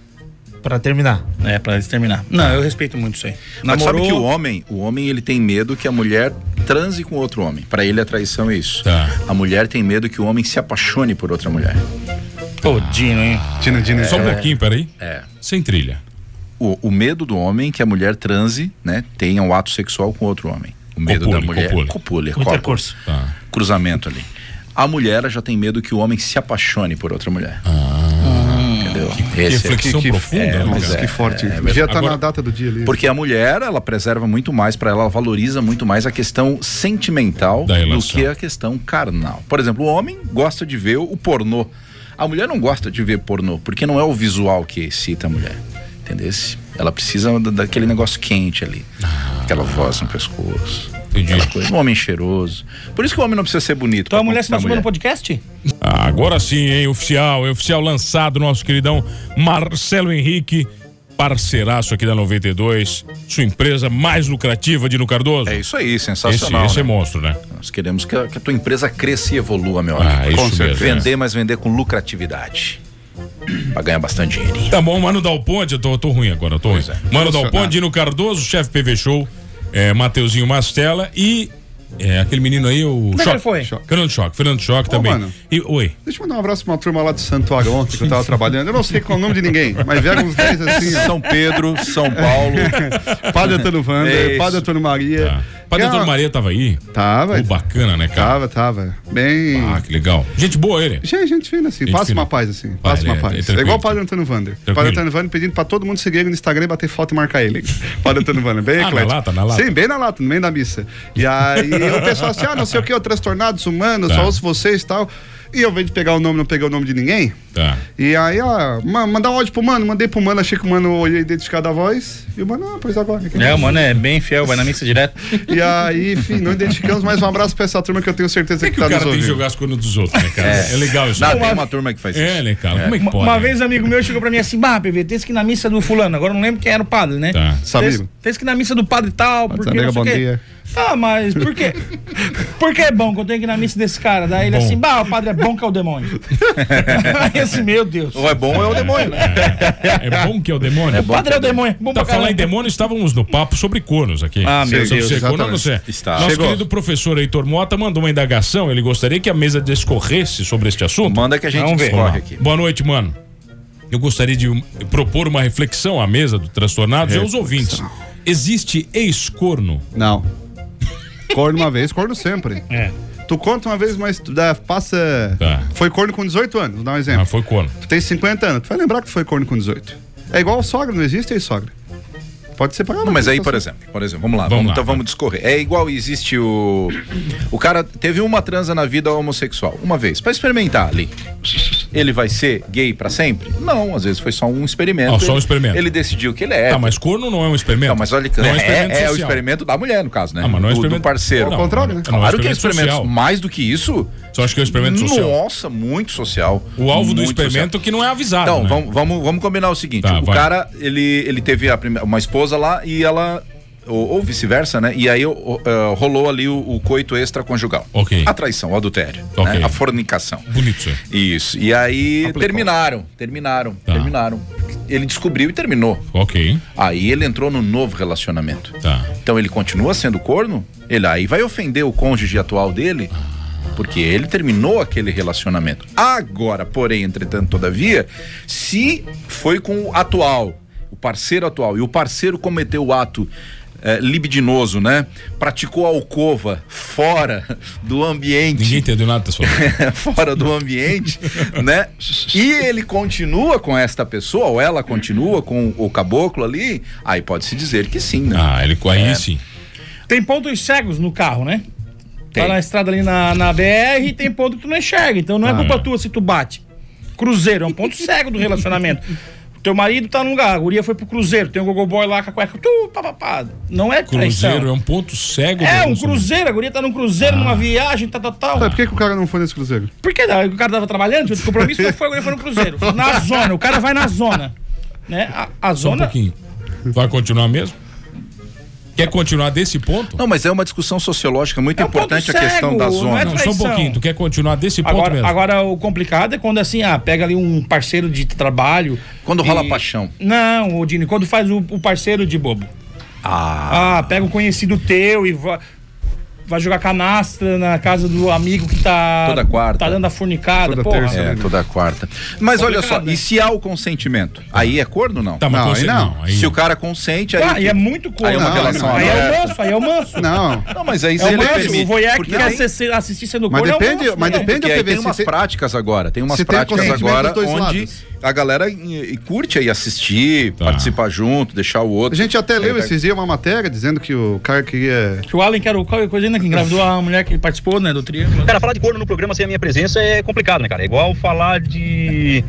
Pra terminar.
É, pra eles terminar. Não, eu respeito muito isso aí.
Mas
Namorou,
sabe que o homem, o homem ele tem medo que a mulher transe com outro homem. Pra ele a traição é isso.
Tá.
A mulher tem medo que o homem se apaixone por outra mulher.
Pô, Dino, hein?
Dina, Dina.
Só um pouquinho, peraí.
É.
Sem trilha.
o, o medo do homem é que a mulher transe, né, tenha um ato sexual com outro homem. O medo
Copule,
da mulher.
copule.
Copule,
O intercurso. Tá.
Cruzamento ali. A mulher já tem medo que o homem se apaixone por outra mulher. Entendeu?
Que
Esse é-
reflexão profunda,
é,
né,
mas
cara?
é,
Que forte.
é, é
Devia
verdade.
estar na
Agora-
data do dia ali.
porque a mulher, ela preserva muito mais, para ela ela valoriza muito mais a questão sentimental do que a questão carnal. Por exemplo, o homem gosta de ver o pornô. A mulher não gosta de ver pornô, porque não é o visual que excita a mulher. Entendeu? Ela precisa da- daquele negócio quente ali. Aquela voz no pescoço. aquela Coisa. Um homem cheiroso. Por isso que o homem não precisa ser bonito. Então a mulher se
masturba no
podcast?
Ah, Agora sim, hein? Oficial, é oficial lançado, nosso queridão Marcelo Henrique, parceiraço aqui da 92, sua empresa mais lucrativa de No Cardoso. É
isso aí, sensacional,
Esse, esse é
né?
monstro, né?
Nós queremos que a, que a tua empresa cresça e evolua, meu
Ah,
amigo.
isso mesmo, né?
Vender, mas vender com lucratividade. Pra ganhar bastante dinheiro.
Tá bom, Mano Dal Ponte, eu tô, tô ruim agora, eu tô
é,
ruim. Mano Dal Ponte, Dino Cardoso, chefe PV Show, é, Mateuzinho Mastela e é, aquele menino aí, o
Como é que ele foi?
Fernando Choque, Fernando Choque também.
mano.
E, oi.
Deixa eu mandar um abraço pra uma turma lá de Santuário ontem que eu tava trabalhando. Eu não sei qual é o nome de ninguém, mas vieram uns 10 assim. ó.
São Pedro, São Paulo.
Padre Antônio Vander,
Isso. Tá.
Padre Antônio Maria.
Padre
Que é
Antônio
uma-
Maria tava aí?
Tava.
Pô, bacana, né, cara?
Tava, tava. Bem.
Ah, que legal. Gente boa ele.
Gente, gente fina assim,
Gente
passa
fina.
uma paz assim,
Ah,
passa
ele
uma
é- é
paz. É,
tranquilo.
igual o Padre Antônio Vander. O Padre Antônio Vander pedindo pra todo mundo seguir ele no Instagram, bater foto e marcar ele. Padre Antônio Vander, bem
Ah, na
eclético.
lata, na lata.
Sim, bem na lata, no meio da missa. E aí o pessoal assim, ah, não sei o que, eu transtornados humanos,
Tá.
só ouço vocês e tal. E eu, ao invés de pegar o nome, não peguei o nome de ninguém.
Tá.
E aí, ó, ma- mandar um áudio pro mano, mandei pro mano, achei que o mano olhei identificado a voz. E o mano, ah, pois agora. que
É,
isso?
o mano é bem fiel, vai na missa direto.
E aí, enfim, não identificamos, mas um abraço pra essa turma que eu tenho certeza que,
que
tá
o cara
nos
tem que
ouvindo.
jogar as coisas dos outros, né, cara? É, legal isso.
Não, tem uma turma que faz isso.
É, né, cara? Como é que
Uma-
pode?
Uma
né?
vez um amigo meu chegou pra mim assim, bah, PV, tem que ir na missa do fulano, agora eu não lembro quem era o padre, né?
Tá.
Tem-
Sabe?
Tem que ir na missa do padre tal, porque
amiga,
não sei o
bom
quê.
dia.
Tá, mas por quê? Porque é bom que eu tenho que ir na missa desse cara. Daí ele
Bom.
assim, bah, o padre é bom que é o demônio. Aí assim, meu Deus.
Ou é bom ou é o demônio, né?
É bom que é o demônio.
O padre é o demônio. Bom
Tá
pra
falar em
caramba.
demônio, estávamos no papo sobre cornos aqui.
Ah, meu
Sobre
Deus,
ser corno,
exatamente.
não sei.
Está.
Nosso
Chegou.
querido professor Heitor Mota mandou uma indagação. Ele gostaria que a mesa discorresse sobre este assunto.
Manda que a gente Vamos ver. discorre aqui.
Boa noite, mano. Eu gostaria de um, propor uma reflexão à mesa do Transtornados e aos ouvintes. Existe ex-corno?
Não. Corno uma vez, corno sempre. É. Tu conta uma vez, mas tu dá- passa. Foi corno com 18 anos, vou dar um
É.
exemplo.
Ah, foi corno.
Tu tem 50 anos, tu vai lembrar que tu foi corno com 18. É igual sogra, não existe aí sogra. Pode ser
Não, mas aí, por exemplo, por exemplo, vamos lá,
Vamos
vamos,
lá,
então vamos discorrer. É igual existe o o cara teve uma transa na vida homossexual, uma vez, pra experimentar ali. Ele vai ser gay pra sempre? Não, às vezes foi só um experimento.
Ah, só um
Ele-
experimento.
Ele decidiu que ele é.
Ah, mas corno não é um experimento.
Não, mas olha que
Não é
é,
um experimento
é o
social.
experimento da mulher no caso, né?
Ah, mas não é
do, do
experimento-
parceiro.
Não, Ao contrário, né? não é
Claro que é
experimento
experimento.
social.
Mais do que isso.
Só acho que é um experimento social.
Nossa, muito social.
O alvo do
Muito
experimento que não é avisado.
então,
né?
vamos, vamos, vamos combinar o seguinte:
Tá,
o
vai.
cara, ele, ele teve a prime- uma esposa lá e ela. Ou, ou vice-versa, né? E aí o- o- eh, rolou ali o, o coito extraconjugal.
Ok.
A traição, o adultério.
Ok.
né? A fornicação.
Bonito isso aí.
Isso. E aí terminaram, terminaram,
Tá.
terminaram. Ele descobriu e terminou.
Ok.
Aí ele entrou num novo relacionamento.
Tá.
Então ele continua sendo corno, ele aí vai ofender o cônjuge atual dele, porque ele terminou aquele relacionamento. Agora, porém, entretanto, todavia, se foi com o atual, o parceiro atual, e o parceiro cometeu o ato eh, libidinoso, né? Praticou alcova fora do ambiente.
Ninguém entendeu nada tá da sua
fora do ambiente, né? E ele continua com esta pessoa, ou ela continua com o caboclo ali, aí pode-se dizer que sim, né?
Ah, ele aí
É.
sim.
Tem pontos cegos no carro, né?
Tem.
Tá na estrada ali na, na BR e tem ponto que tu não enxerga. Então não é
Ah,
culpa
é.
tua se tu bate. Cruzeiro, é um ponto cego do relacionamento. Teu marido tá num lugar, a guria foi pro cruzeiro, tem um gogoboy lá com a cueca, tu, pá, pá, pá. Não é traição.
Cruzeiro é um né? Ah. ponto cego. do
É, um
nosso-
cruzeiro, a guria tá num cruzeiro, numa viagem, tal, tal, tal.
Por que, que o cara não foi nesse cruzeiro?
Por que não? O cara tava trabalhando, tinha outro compromisso, não foi, a guria foi no cruzeiro. Na zona, o cara vai na zona. Né? A, a
Só um
zona...
pouquinho. Vai continuar mesmo? Quer continuar desse ponto?
Não, mas é uma discussão sociológica muito importante a
É um cego,
questão da
não é
Não,
zona.
só um
traição.
pouquinho. Tu quer continuar desse ponto
Agora,
mesmo?
agora o complicado é quando assim, ah, pega ali um parceiro de trabalho.
Quando rola paixão.
Não, ô, Dini, quando faz o, o parceiro de bobo.
Ah.
Ah, pega um conhecido teu e va- vai jogar canastra na casa do amigo que tá.
Toda quarta.
Tá dando a fornicada,
Toda
porra.
terça, É, toda quarta. Mas olha só,
Complicado,
e se há o consentimento? Aí é corno ou não?
Tá, mas
não, aí
consen-
não.
não, aí
Se
não.
o cara consente, aí.
Ah,
que-
e é muito corno.
Aí é uma
Não,
relação
não, Aí é o
aberta.
manso, aí é o manso.
Não.
Não, mas aí
é
se
o
ele
manso,
permite.
O voyeur que
Porque
quer
aí-
assistir, assistir sendo
Mas
corno
depende,
é o manso,
mas
né?
depende
Porque
do
aí
que tem umas práticas agora, tem umas
Se tem
práticas
consentimento
agora
dos dois
onde
lados.
a galera eh, curte aí assistir, participar junto, deixar o
A
outro.
gente até leu
É, tá-
esses dias uma matéria dizendo que o cara queria.
Que o Alan quer qualquer coisa ainda que engravidou a mulher que participou, né, do triângulo.
Cara, falar de corno no programa sem a minha presença é complicado, né, cara? É igual falar de,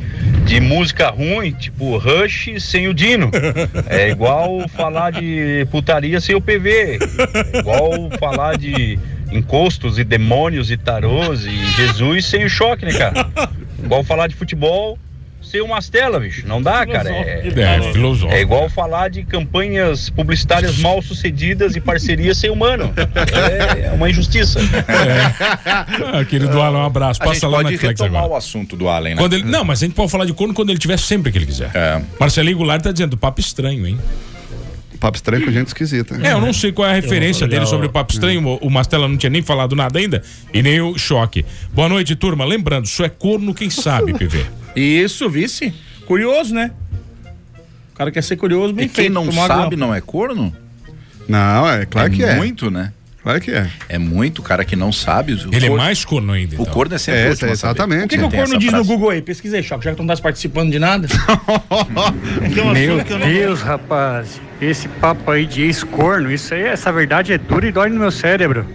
de música ruim, tipo Rush sem o Dino. É igual falar de putaria sem o PV. É igual falar de encostos e demônios e tarôs e Jesus sem o choque, né, cara? Igual falar de futebol sem o Mastela, bicho. Não dá, cara. É,
É, filosófico.
é igual falar de campanhas publicitárias mal sucedidas e parcerias sem humano. É, é uma injustiça.
Ah, querido Alan, um abraço.
A
Passa
gente
lá
pode
na Flex
retomar
agora.
o assunto do Allen, né?
Quando ele, não, mas a gente pode falar de corno quando ele tiver sempre que ele quiser.
É.
Marcelinho Goulart tá dizendo papo estranho, hein?
Papo estranho com gente esquisita.
É, eu não sei qual é a referência
Eu vou olhar
dele sobre
o-
o papo estranho. O o Mastella não tinha nem falado nada ainda e nem o choque. Boa noite, turma. Lembrando, só é corno quem sabe, PV.
Isso, vice. Curioso, né? O cara quer ser curioso, bem
E quem
feito.
não
tomar
sabe
água.
não é corno?
Não, é claro que é.
Muito, né?
Claro que é.
É muito, o cara que não sabe. o
Ele é
corno-
mais corno ainda. então.
O corno é sempre
É,
o último a saber.
O que, que o
Tem
corno
essa
diz
frase.
no Google aí? Pesquisei, Choque, já que tu não tá se participando de nada.
um
Meu Deus, rapaz. Esse papo aí de ex-corno, isso aí, essa verdade é dura e dói no meu cérebro.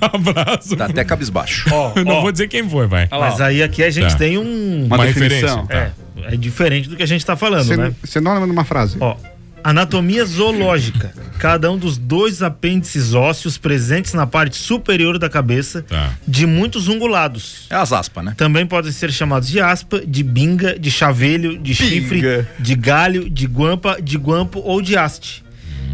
Abraço.
Tá até cabisbaixo.
não vou dizer quem foi, vai.
Mas aí aqui a gente
Tá.
tem um...
Uma Uma definição. referência,
É, é diferente do que a gente tá falando,
Você
né?
você não lembra de uma frase?
Ó, anatomia zoológica. Cada um dos dois apêndices ósseos presentes na parte superior da cabeça de muitos ungulados.
É as aspas, né?
Também podem ser chamados de aspa, de binga, de chavelho, de chifre, de galho, de guampa, de guampo ou de haste.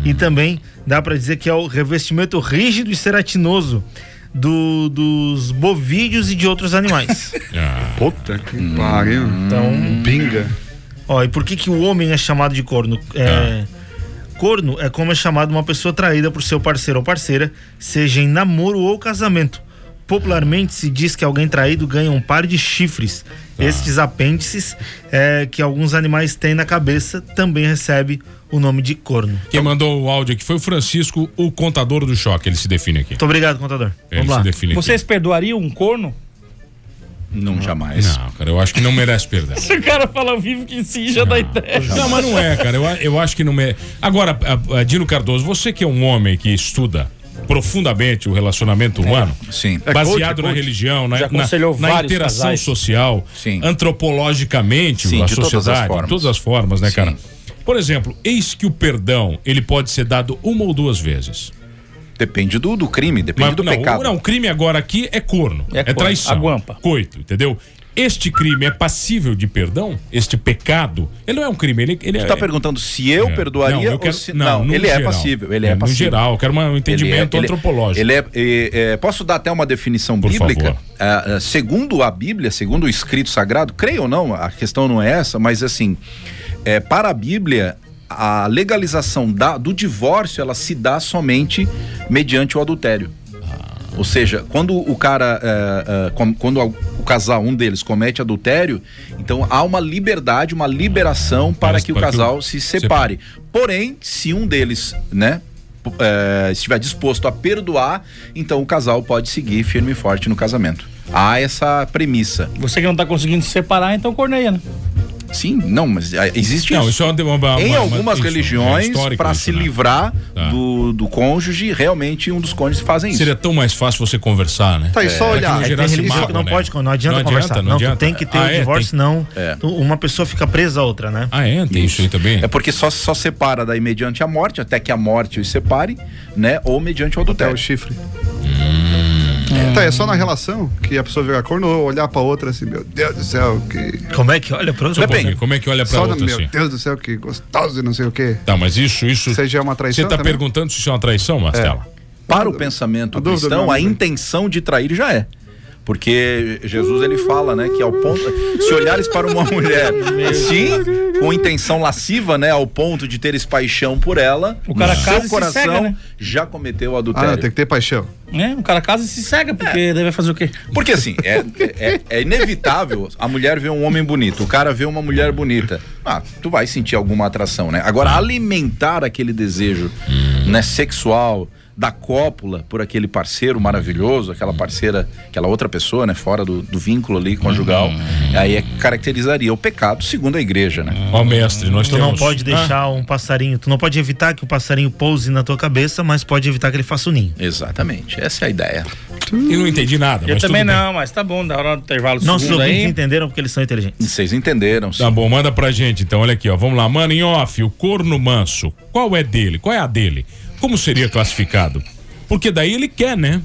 E também dá pra dizer que é o revestimento rígido e ceratinoso do- dos bovídeos e de outros animais.
Puta que pariu.
Então,
Binga.
Ó, e por que, que o homem é chamado de corno? É,
Ah.
Corno é como é chamado uma pessoa traída por seu parceiro ou parceira, seja em namoro ou casamento. Popularmente se diz que alguém traído ganha um par de chifres.
Ah.
Estes apêndices é, que alguns animais têm na cabeça também recebe o nome de corno.
Quem mandou o áudio aqui foi o Francisco, o contador do choque. Ele se define aqui.
Muito obrigado, contador.
Ele
Vamos lá. É,
se define aqui.
Vocês perdoariam um corno?
Não, jamais.
Não, cara, eu acho que não merece perder.
Se o cara fala ao vivo que sim, já dá ideia.
Não, mas não é, cara. Eu, a- eu acho que não é. Agora, a- a Dino Cardoso, você que é um homem que estuda profundamente o relacionamento humano,
Sim.
É baseado na religião, na,
Já
na-
aconselhou
na
vários
interação
casais.
social,
Sim.
antropologicamente,
Sim,
a
de todas as
sociedade, de
formas.
todas as formas, né, cara? Por exemplo, eis que o perdão ele pode ser dado uma ou duas vezes.
Depende do, do crime, depende
Mas
do
não,
pecado.
O, não, o crime agora aqui é corno, é,
corno,
traição,
aguampa.
coito, entendeu? Este crime é passível de perdão? Este pecado? Ele não é um crime, ele, ele
Tu
é-
tá perguntando se eu
É.
perdoaria
Não, eu quero-
ou se...
não, no
ele é
geral.
passível. Ele
É,
é,
no
passível.
geral, eu quero uma- um
Ele é-
entendimento
ele-
antropológico.
Ele é, é- é- posso dar até uma definição bíblica?
favor.
Ah, ah, segundo a Bíblia, segundo o escrito sagrado, creio ou não, a questão não é essa, mas assim, é, para a Bíblia, a legalização da- do divórcio, ela se dá somente mediante o adultério. Ou seja, quando o cara, é, é, com- quando o casal, um deles, comete adultério, então há uma liberdade, uma liberação para que o
para que o-
casal se separe. Porém, se um deles, né, p- é, estiver disposto a perdoar, então o casal pode seguir firme e forte no casamento. Há essa premissa.
Você que não tá conseguindo se separar, então corneia, né?
Sim, não, mas é, existe
Não, isso é uma- uma-
em
uma-
algumas
isso, é
religiões,
histórico
para
isso,
se
né?
livrar do, do cônjuge, realmente um dos cônjuges fazem isso.
Seria tão mais fácil você conversar, né?
Tá, e
Pra
só
que
olhar.
não
É, tem
gerasse
religião
mágoa,
que não
né?
pode-
Não adianta conversar. não, tu tem que ter
Ah,
o
é,
divórcio,
tem-
não. Tu- Uma pessoa fica presa a outra, né?
Ah, é? Tem isso aí também?
É porque só, só separa daí mediante a morte, até que a morte os separe, né? Ou mediante o adultério.
o chifre.
Hum.
Tá, é só na relação que a pessoa vira corno, olhar pra outra assim, meu Deus do céu, que.
Como é que olha pra
outra? Como é que olha pra
só no
outra,
Meu
assim?
Deus do céu, que gostoso e não sei o quê.
Tá, mas isso, isso.
Você já é uma traição
Você tá
também?
perguntando se isso é uma traição, Marcela?
Para o pensamento
dúvida,
cristão,
meu
a
amigo.
intenção de trair já é. Porque Jesus ele fala, né, que ao ponto se olhares para uma mulher assim, com intenção lasciva, né, ao ponto de teres paixão por ela, o
cara casa e
seu
se
coração
cega, né?
já cometeu adultério.
Ah, tem que ter paixão.
É, o cara casa e se cega, porque daí vai fazer o quê?
Porque assim, é, é- é inevitável a mulher ver um homem bonito, o cara ver uma mulher bonita. Ah, tu vai sentir alguma atração, né? Agora, alimentar aquele desejo né, sexual da cópula por aquele parceiro maravilhoso, aquela parceira, aquela outra pessoa, né? Fora do, do vínculo ali conjugal, aí é, caracterizaria o pecado, segundo a igreja, né?
Ó, mestre, nós Ah,
Tu
Tu não pode
Ah.
deixar um passarinho, tu não pode evitar que o passarinho pouse na tua cabeça, mas pode evitar que ele faça o ninho.
Exatamente, essa é a ideia.
E não entendi nada,
Eu também não, mas tá bom, da hora do intervalo
Nossos
segundo
ouvintes
aí.
entenderam porque eles são inteligentes.
Vocês entenderam.
Tá bom, manda pra gente então, olha aqui, ó. Vamos lá, mano, em off, o corno manso, qual é dele? Qual é a dele? Como seria classificado? Porque daí ele quer, né?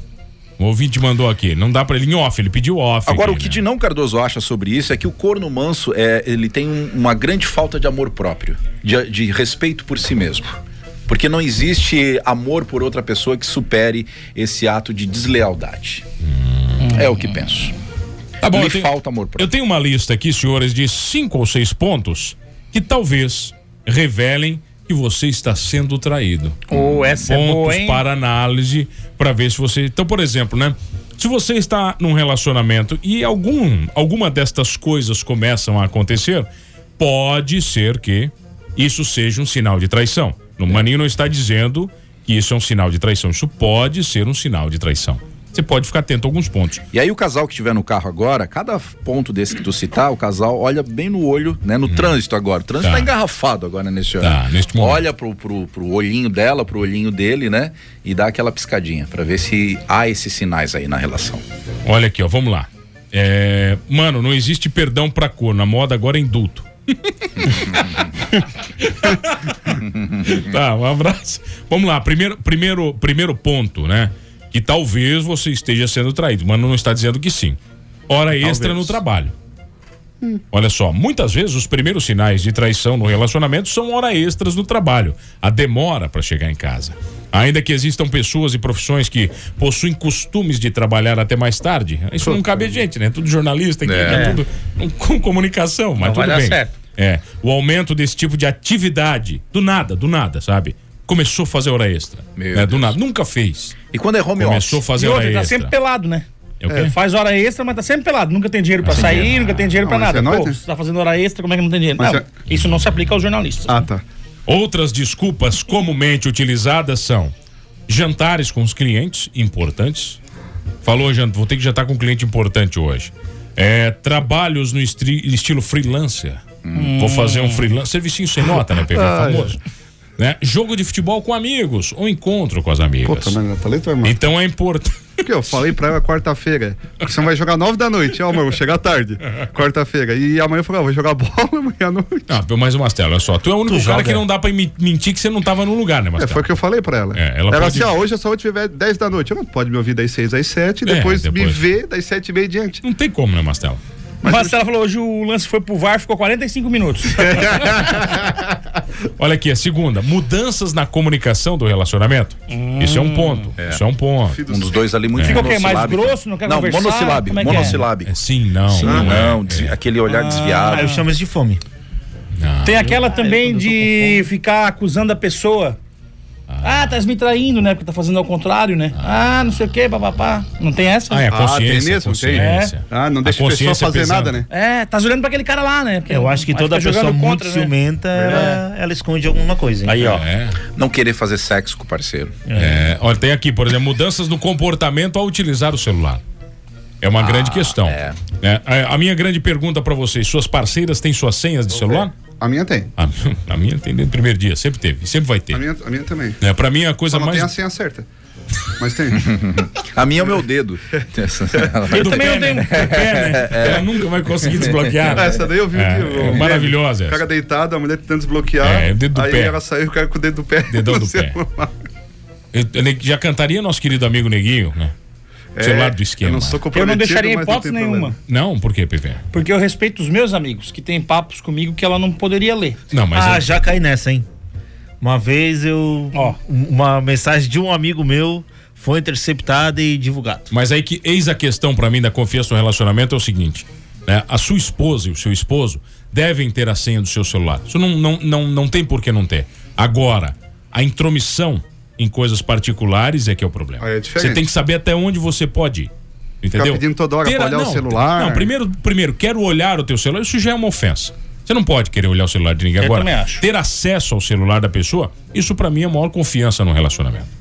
O ouvinte mandou aqui, não dá pra ele em off, ele pediu off.
Agora, o
aqui, né?
que Dinão Cardoso acha sobre isso é que o corno manso é, ele tem um- uma grande falta de amor próprio, de, de respeito por si mesmo. Porque não existe amor por outra pessoa que supere esse ato de deslealdade. É o que penso.
Hum. Tá bom,
Lhe
eu tenho-
falta amor próprio.
Eu tenho uma lista aqui, senhores, de cinco ou seis pontos que talvez revelem que você está sendo traído.
Oh, essa é
pontos
boa, hein?
para análise para ver se você. Então, por exemplo, né? Se você está num relacionamento e algum, alguma destas coisas começam a acontecer, pode ser que isso seja um sinal de traição. No Maninho não está dizendo que isso é um sinal de traição. Isso pode ser um sinal de traição. Você pode ficar atento a alguns pontos.
E aí o casal que estiver no carro agora, cada ponto desse que tu citar, o casal olha bem no olho, né? No trânsito agora. O trânsito
Hum. Tá.
tá, engarrafado agora nesse horário.
neste
momento. Olha pro, pro, pro olhinho dela, pro olhinho dele, né? E dá aquela piscadinha pra ver se há esses sinais aí na relação.
Olha aqui, ó, vamos lá. É, mano, não existe perdão pra corno. A moda agora é indulto. tá, um abraço. Vamos lá, primeiro, primeiro, primeiro ponto, né? Que talvez você esteja sendo traído. Mano, não está dizendo que sim. Hora extra no trabalho. Olha só, muitas vezes os primeiros sinais de traição no relacionamento são hora extras no trabalho, a demora para chegar em casa. Ainda que existam pessoas e profissões que possuem costumes de trabalhar até mais tarde, isso não cabe a gente, né? Tudo jornalista, aqui,
É.
tá tudo um- com comunicação, mas
Não vai
tudo
dar
bem.
certo.
É, o aumento desse tipo de atividade, do nada, do nada, sabe? Começou a fazer hora extra. né? Do nada, nunca fez.
E quando é home
Começou a fazer
e
hora
outra, tá
extra.
sempre pelado, né?
É o quê?
Faz hora extra, mas tá sempre pelado. Nunca tem dinheiro pra
Assim,
sair,
é.
nunca tem dinheiro pra
Não, isso
nada.
é nóis,
Pô,
né?
você tá fazendo hora extra, como é que não tem dinheiro?
Mas
não,
é-
isso não se aplica aos jornalistas.
Ah, tá.
Outras desculpas comumente utilizadas são jantares com os clientes importantes. Falou, Jant, vou ter que jantar com um cliente importante hoje. É, trabalhos no estri- estilo freelancer. Vou fazer um freelancer. Servicinho sem nota, né, PV?
Ah, é.
famoso. Né? Jogo de futebol com amigos ou encontro com as amigas.
Puta, mas Natalito vai mal.
Então é importante.
Porque eu falei pra ela quarta-feira. Porque você não vai jogar nove da noite. Ó, amor, vou chegar tarde. Quarta-feira. E amanhã eu falei, ó, vou jogar bola amanhã à noite.
Ah, pelo mais uma tela, olha só. Tu é o único
Tu
cara
joga.
que não dá pra me- mentir que você não tava no lugar, né,
É,
Marcelo?
foi o que eu falei pra ela.
É, ela
ela
pode-
assim, ó, hoje eu só vou te ver 10 da noite. Ela pode me ouvir das 6 às 7 e
É,
depois, me
depois.
ver das 7 e meia diante.
Não tem como, né, Marcelo?
Mas Marcelo falou, hoje o lance foi pro VAR, ficou 45 minutos.
Olha aqui, a segunda, mudanças na comunicação do relacionamento.
Hum,
Isso é um ponto. Isso é um ponto.
Um dos dois ali muito
Fica o
quê? Mais
monossilábico.
grosso? Não quer
Não,
conversar?
monossilábico,
Como é que é?
monossilábico.
sim, não.
Sim,
não
não,
né?
é,
desvi- aquele olhar desviado.
Ah, eu chamo isso de fome.
Tem aquela também de ficar acusando a pessoa. Ah, tá me traindo, né? Porque tá fazendo ao contrário, né? Ah, não sei o quê, papapá. Não tem essa?
Ah, é a consciência.
tem mesmo?
consciência.
Tem? Ah, não
A
deixa a pessoa
consciência
fazer
pesando.
nada, né?
É, tá olhando pra aquele cara lá, né? Porque
Eu acho que
vai
toda
ficar
pessoa
jogando
muito
contra, né?
ciumenta, ela, ela esconde alguma coisa. hein?
Não querer fazer sexo com o parceiro.
É, olha, tem aqui, por exemplo, mudanças no comportamento ao utilizar o celular. É uma grande questão. né? A, a minha grande pergunta pra vocês: suas parceiras têm suas senhas de celular?
A minha tem.
A, a minha tem desde o primeiro dia, sempre teve, e sempre vai ter.
A minha, a minha também.
É, pra mim é a
Só
coisa
não
mais.
tem a senha certa. Mas tem.
A minha é o meu dedo. Essa-
do meio tem um pé, né? Ela nunca vai conseguir desbloquear. né?
Ah, Essa daí eu vi
É,
que
é
o-
maravilhosa
O
essa.
cara deitado, a mulher tentando desbloquear.
É, o dedo do
aí
pé.
ela saiu, o cara com o dedo do pé. é
Dedão do pé. Eu- eu ne- já cantaria nosso querido amigo Neguinho, né?
É,
Celular do
eu
esquema.
não sou
Eu não deixaria
mas não
hipótese
tem
nenhuma.
Não, por quê, PV?
Porque eu respeito os meus amigos, que têm papos comigo que ela não poderia ler.
Não, mas
ah,
é-
já caí nessa, hein? Uma vez eu. Uma mensagem de um amigo meu foi interceptada e divulgada.
Mas aí que eis a questão pra mim da confiança no relacionamento é o seguinte, né? A sua esposa e o seu esposo devem ter a senha do seu celular. Isso não, não, não, não tem por que não ter. Agora, a intromissão em coisas particulares é que é o problema.
diferente.
você tem que saber até onde você pode ir. Entendeu?
pedindo toda hora pra olhar o
não,
celular.
Não, primeiro, primeiro, quero olhar o teu celular, isso já é uma ofensa. Você não pode querer olhar o celular de ninguém
Eu
agora.
também acho.
Ter acesso ao celular da pessoa, isso pra mim é a maior confiança no relacionamento.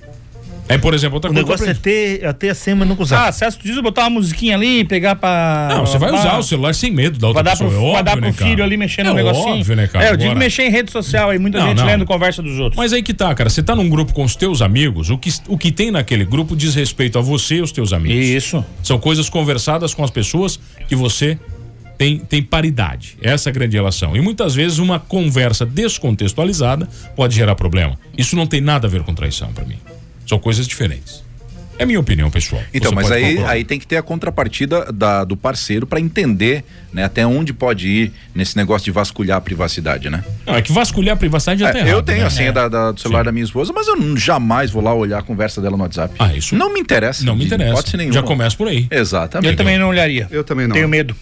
É, por exemplo, outra
O
coisa.
negócio é ter, é ter a senha, mas nunca usar.
Ah, acesso, tu diz botar uma musiquinha ali, pegar pra.
Não, você vai
pra-
usar o celular sem medo da outra
Ah, Vai dar pro,
pessoa. é
vai
óbvio,
dar pro
né, cara?
filho ali mexendo no
É
negocinho.
óbvio, né, cara?
É, eu digo
Agora-
mexer em rede social aí, muita
Não,
gente
não.
lendo conversa dos outros.
Mas aí que tá, cara. Você tá num grupo com os teus amigos, o que, o que tem naquele grupo diz respeito a você e os teus amigos.
Isso.
São coisas conversadas com as pessoas que você tem, tem paridade. Essa é a grande relação. E muitas vezes uma conversa descontextualizada pode gerar problema. Isso não tem nada a ver com traição pra mim. São coisas diferentes. É minha opinião, pessoal.
Então,
Você
mas
pode
aí,
concordar.
aí tem que ter a contrapartida da- do parceiro pra entender né, até onde pode ir nesse negócio de vasculhar a privacidade, né?
Não, é que vasculhar a privacidade já
É,
tá
eu
errado,
tenho
né?
a senha
É.
da- da- do celular da minha esposa, mas eu não- jamais vou lá olhar a conversa dela no WhatsApp.
Ah, isso?
Não me interessa.
Não me
de
interessa.
hipótese nenhuma.
Já começa por aí.
Exatamente.
Eu também
não olharia.
Eu também
Tenho medo.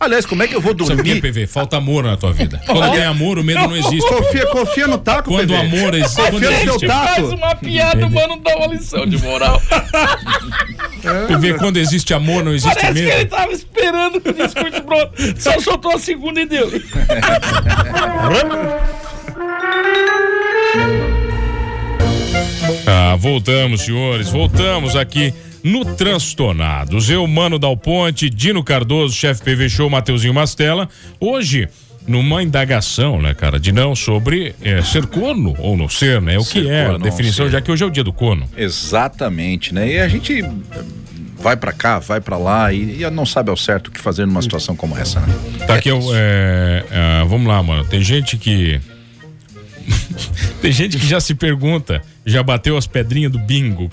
Aliás, como é que eu vou
Sabe por quê,
dormir?
PV? Falta amor na tua vida. Quando tem amor, o medo não existe.
Confia, confia no taco,
Quando
bebê.
o amor existe.
Confia
quando
no seu
existe-
taco.
uma piada, o mano dá uma lição de moral.
Tu vê quando existe amor, não existe
Parece que ele
medo.
tava esperando que o discurso pronto. Só soltou a segunda e deu.
Ah, voltamos, senhores. Voltamos aqui no Transtornados. Eu, Mano Dal Ponte, Dino Cardoso, chefe PV Show, Mateuzinho Mastella. Hoje, numa indagação, né, cara, de não sobre eh, ser corno ou não ser, né? O que
Ser
é a
corno ou não
definição,
ser.
já que hoje é o dia do corno.
Exatamente, né? E a gente eh, vai pra cá, vai pra lá e, e não sabe ao certo o que fazer numa situação como essa, né?
Tá aqui, eu, é, ah, vamos lá, mano. Tem gente que. Tem gente que já se pergunta, já bateu as pedrinhas do bingo.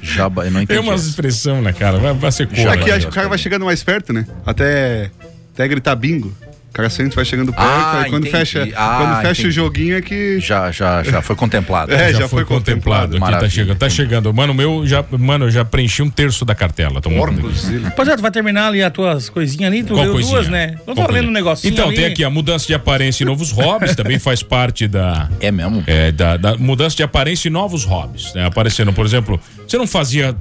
Já, ba- eu não
Tem
entendi.
umas expressão, né, cara? Vai, vai ser
Já
corno.
que
né?
acho que o cara vai chegando mais perto, né? Até, até gritar bingo. O cara sempre vai chegando perto,
Ah,
aí quando
entendi.
fecha,
Ah,
quando fecha o
entendi.
joguinho é que.
Já, já, já foi contemplado.
É, já foi contemplado.
Aqui tá
Maravilha.
chegando, tá chegando. Mano, meu, já, mano, eu já preenchi um terço da cartela. Tô morrendo aqui.
Pois é, tu vai terminar ali as tuas coisinhas ali, tu
Qual
leu
coisinha?
duas, né? Eu
Qual
tava
coisinha?
lendo um negocinho.
Então,
ali.
tem aqui a mudança de aparência e novos hobbies, também faz parte da.
É mesmo?
É, da, da mudança de aparência e novos hobbies. Né? Aparecendo, por exemplo, você não fazia.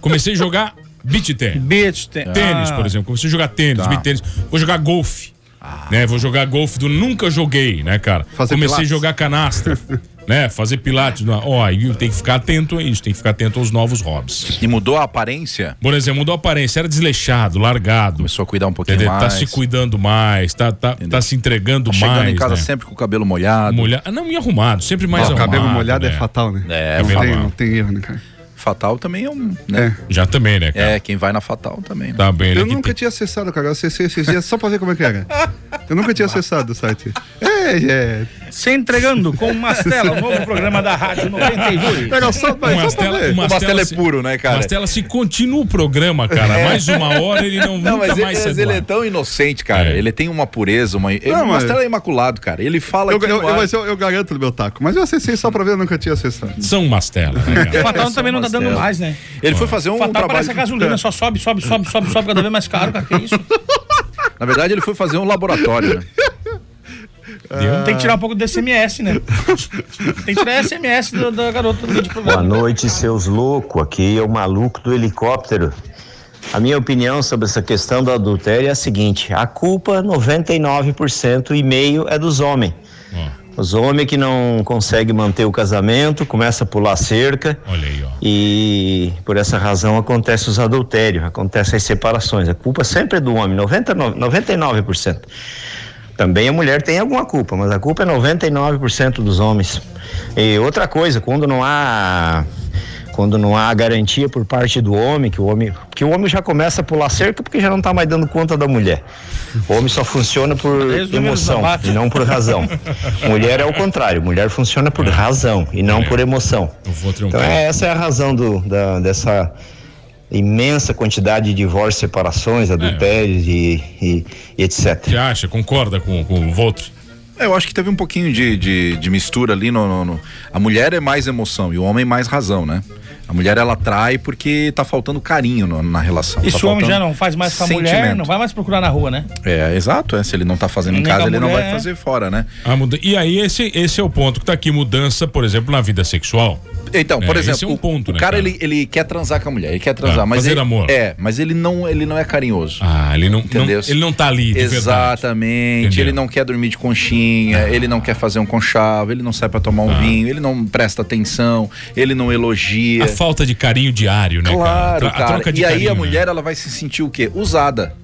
Comecei a jogar beat tênis.
Beach tem.
Ah.
Ah,
Tênis, por exemplo. Comecei a jogar
Tá.
tênis, beat tênis. Vou jogar golfe. Né? Vou jogar golfe do nunca joguei, né, cara?
Ah. Fazer
Comecei
pilates.
a jogar canastra. né? Fazer pilates. Ó, aí tem que ficar atento a isso, tem que ficar atento aos novos hobbies.
E mudou a aparência?
Por exemplo, mudou a aparência, era desleixado, largado.
Começou a cuidar um pouquinho
É,
Entendeu? Tá
mais.
se cuidando mais, tá, tá, tá se entregando
Chegando
mais.
em casa
né?
sempre com o cabelo molhado.
Molha- Ah, Não, e arrumado, sempre mais
Não, o
arrumado.
cabelo molhado é fatal, né?
É,
não,
cabelo
tem,
mal.
não tem erro, né, cara?
Fatal também é um. Né?
Já também, né, cara?
É, quem vai na fatal também. né?
Tá bem, né?
Eu nunca tinha acessado, cara. Eu acessei esses dias só pra ver como é que era. Eu nunca tinha acessado o site. É, é.
Se entregando com Mastela, o novo programa da Rádio 92.
Era só, só pra
Mas tela-
ver.
mas
Mastella
tela
é
se-
puro, né, cara?
Mastella, se continua o programa, cara,
É.
mais uma hora ele não,
Não,
nunca
mas ele,
mais
mas
sai do
ele é
ar.
tão inocente,
É.
cara. Ele tem uma pureza, uma. Ele,
Não,
não,
mas-
mas é imaculado, cara. Ele fala
Eu,
que.
eu, eu, mas eu, eu garanto do meu taco. Mas eu acessei só pra ver, eu nunca tinha acessado.
São Mastella, né, cara?
O Fatal também não tá dando mais, né?
Ele foi fazer um
Fatal
trabalho.
parece a gasolina, só sobe, sobe, sobe, sobe, sobe, cada vez mais caro, cara. Que isso?
Na verdade, ele foi fazer um laboratório, né? É.
Tem que tirar um pouco do SMS, né? Tem que tirar SMS da, da garota do vídeo
Boa
programa.
noite, seus loucos. Aqui é o maluco do helicóptero. A minha opinião sobre essa questão do adultério é a seguinte: a culpa 99% e meio é dos homens. Os homens que não conseguem manter o casamento, começa a pular cerca.
Olha aí, ó.
E por essa razão acontece os adultérios, acontecem as separações. A culpa sempre é do homem, 99, 99%. Também a mulher tem alguma culpa, mas a culpa é 99% dos homens. E outra coisa, quando não há quando não há garantia por parte do homem, que o homem, que o homem já começa a pular cerca porque já não está mais dando conta da mulher. O homem só funciona por
Desde o
emoção
número do
e não por razão. Mulher é o contrário, mulher funciona por razão e não por emoção.
Eu vou
Então
triunfar.
é, essa é a razão do, da- dessa imensa quantidade de divórcios,
É.
separações, adultérios e, e- e etc.
Você acha? Concorda com, com o Voltri?
É, Eu acho que teve um pouquinho de, de, de mistura ali. No, no- no- A mulher é mais emoção e o homem mais razão, né? A mulher ela trai porque tá faltando carinho no- na relação.
E
tá
se o homem
faltando
já não faz mais com a mulher,
sentimento.
não vai mais procurar na rua, né?
É, exato. É. Se ele não tá fazendo em
Nem
casa,
com a
ele não
mulher,
vai
é.
fazer fora, né?
A muda- E aí, esse, esse é o ponto que tá aqui, mudança, por exemplo, na vida sexual.
Então,
É,
por
esse é
exemplo,
um
o-
ponto,
o
né,
cara,
cara?
Ele, ele quer transar com a mulher, ele quer transar,
Ah,
mas
fazer
ele,
amor.
é, mas ele não, ele não é carinhoso.
Ah, ele não, não
Entendeu?
ele não tá ali, de verdade.
Exatamente.
Entendeu? É.
Ele não quer dormir de conchinha, ele não quer fazer um conchavo, ele não sai pra tomar um
Ah.
vinho, ele não presta atenção, ele não elogia.
A falta de carinho diário, né,
Claro,
cara?
cara.
Tro- A troca de
e aí
carinho,
a
né?
mulher ela vai se sentir o quê? Usada.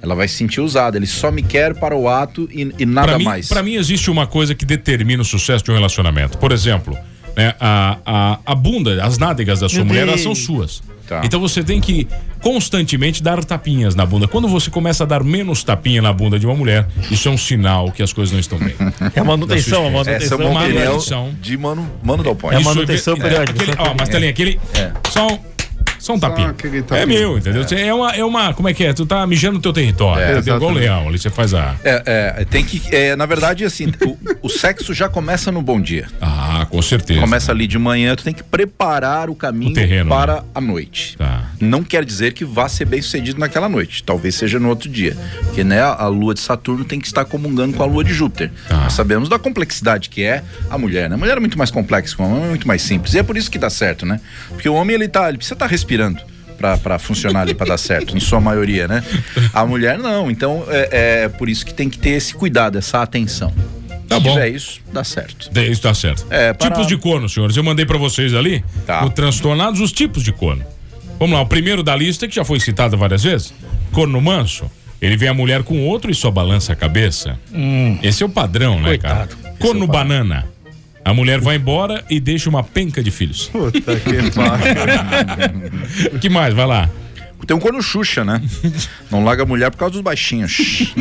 Ela vai se sentir usada. Ele só me quer para o ato e, e nada
Pra mim,
mais.
Pra mim, existe uma coisa que determina o sucesso de um relacionamento. Por exemplo, né, a, a, a bunda, as nádegas da sua
Meu
mulher,
Deus.
elas são suas.
Tá.
Então você tem que constantemente dar tapinhas na bunda. Quando você começa a dar menos tapinha na bunda de uma mulher, isso é um sinal que as coisas não estão bem.
É a manutenção, a
Da sua espécie.
manutenção.
Essa é uma manutenção.
de mano, mano Dal Ponte.
Isso é-
né?
aquele- ó, Mastelinha, aquele.
É.
São. Só um tapinha.
tapinha.
É meu, entendeu? É. uma, é uma. Como é que é? Tu tá mijando no teu território.
É,
entendeu? Igual o
exatamente.
leão. Ali você faz a.
É, é, tem que. É, na verdade, assim, o, o sexo já começa no bom dia.
Ah, com certeza.
Começa ali de manhã, tu tem que preparar o caminho
O terreno,
para
né?
a noite.
Tá.
Não quer dizer que vá ser bem sucedido naquela noite, talvez seja no outro dia. Porque né, a lua de Saturno tem que estar comungando com a lua de Júpiter.
Tá.
Nós sabemos da complexidade que é a mulher, né? A mulher é muito mais complexa que o homem, é muito mais simples. E é por isso que dá certo, né? Porque o homem ele tá, ele precisa estar respirando. Pra, pra funcionar ali, pra dar certo, em sua maioria, né? A mulher não, então é, é por isso que tem que ter esse cuidado, essa atenção.
Tá
Se
bom.
tiver isso, dá certo.
De- Isso tá certo.
É, para-
Tipos de corno, senhores. Eu mandei pra vocês ali
Tá.
o transtornados, os tipos de corno. Vamos lá, o primeiro da lista, que já foi citado várias vezes: corno manso. Ele vê a mulher com outro e só balança a cabeça.
Hum.
Esse é o padrão, né,
é
cara? Corno banana. A mulher vai embora e deixa uma penca de filhos. Puta que Que mais? Vai lá.
Tem um corno Xuxa, né? Não larga a mulher por causa dos baixinhos.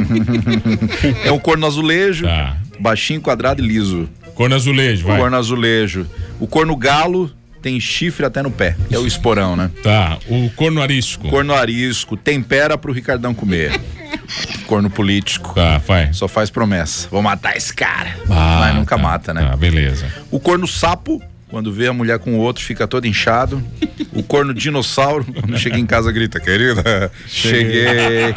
é um corno azulejo,
Tá.
baixinho, quadrado e liso.
Corno azulejo,
vai. Corno azulejo. O corno galo tem chifre até no pé. É o esporão, né?
Tá. O corno arisco.
Corno arisco. Tempera pro Ricardão comer. Corno político.
Tá, vai.
Só faz promessa. Vou matar esse cara.
Ah,
Mas nunca mata, né?
Ah, beleza.
O corno sapo, quando vê a mulher com o outro, fica todo inchado. O corno dinossauro, quando chega em casa, grita, querida, cheguei.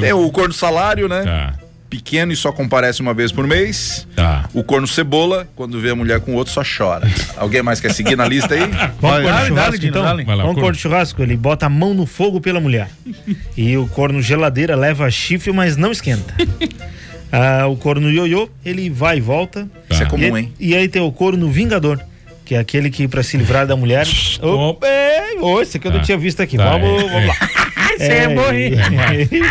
Tem o corno salário, né? Pequeno e só comparece uma vez por mês.
Tá.
O corno cebola, quando vê a mulher com o outro, só chora. Alguém mais quer seguir na lista aí?
Vamos corno churrasco, então? Vamos corno churrasco, ele bota a mão no fogo pela mulher. E o corno geladeira leva chifre, mas não esquenta. Ah, o corno ioiô, ele vai e volta.
Isso é
E
tá.
comum,
aí-
hein?
E aí tem o corno vingador, que é aquele que pra se livrar da mulher... Opa, é, ô, esse aqui eu não
Tá.
tinha visto aqui.
Tá,
vamos,
é,
vamos lá.
Você ia morrer.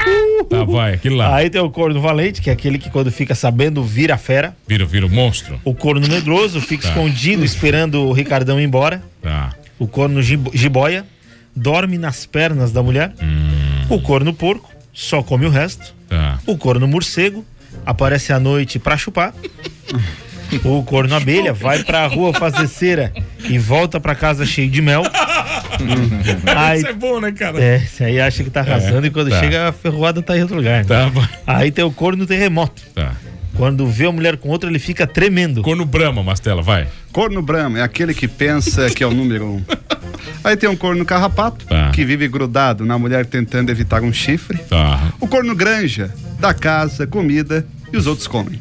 Tá, vai, aquilo lá.
Aí tem o corno valente, que é aquele que quando fica sabendo vira fera.
Vira, vira o monstro.
O corno medroso fica
Tá.
escondido esperando o Ricardão ir embora.
Tá.
O corno gibo- jiboia dorme nas pernas da mulher.
Hum.
O corno porco só come o resto.
Tá.
O corno morcego aparece à noite pra chupar. O corno abelha vai pra rua fazer cera e volta pra casa cheio de mel. Aí,
Isso é bom, né, cara?
é, esse aí acha que tá arrasando
É,
e quando
tá.
chega a ferroada tá em outro lugar. né?
Tá, vai.
Aí tem o corno terremoto.
Tá.
Quando vê a mulher com outra, ele fica tremendo.
Corno brama, Mastela, vai.
Corno Brahma é aquele que pensa que é o número um. Aí tem um corno carrapato,
Tá.
que vive grudado na mulher tentando evitar um chifre.
Tá.
O corno granja, dá casa, comida e os outros comem.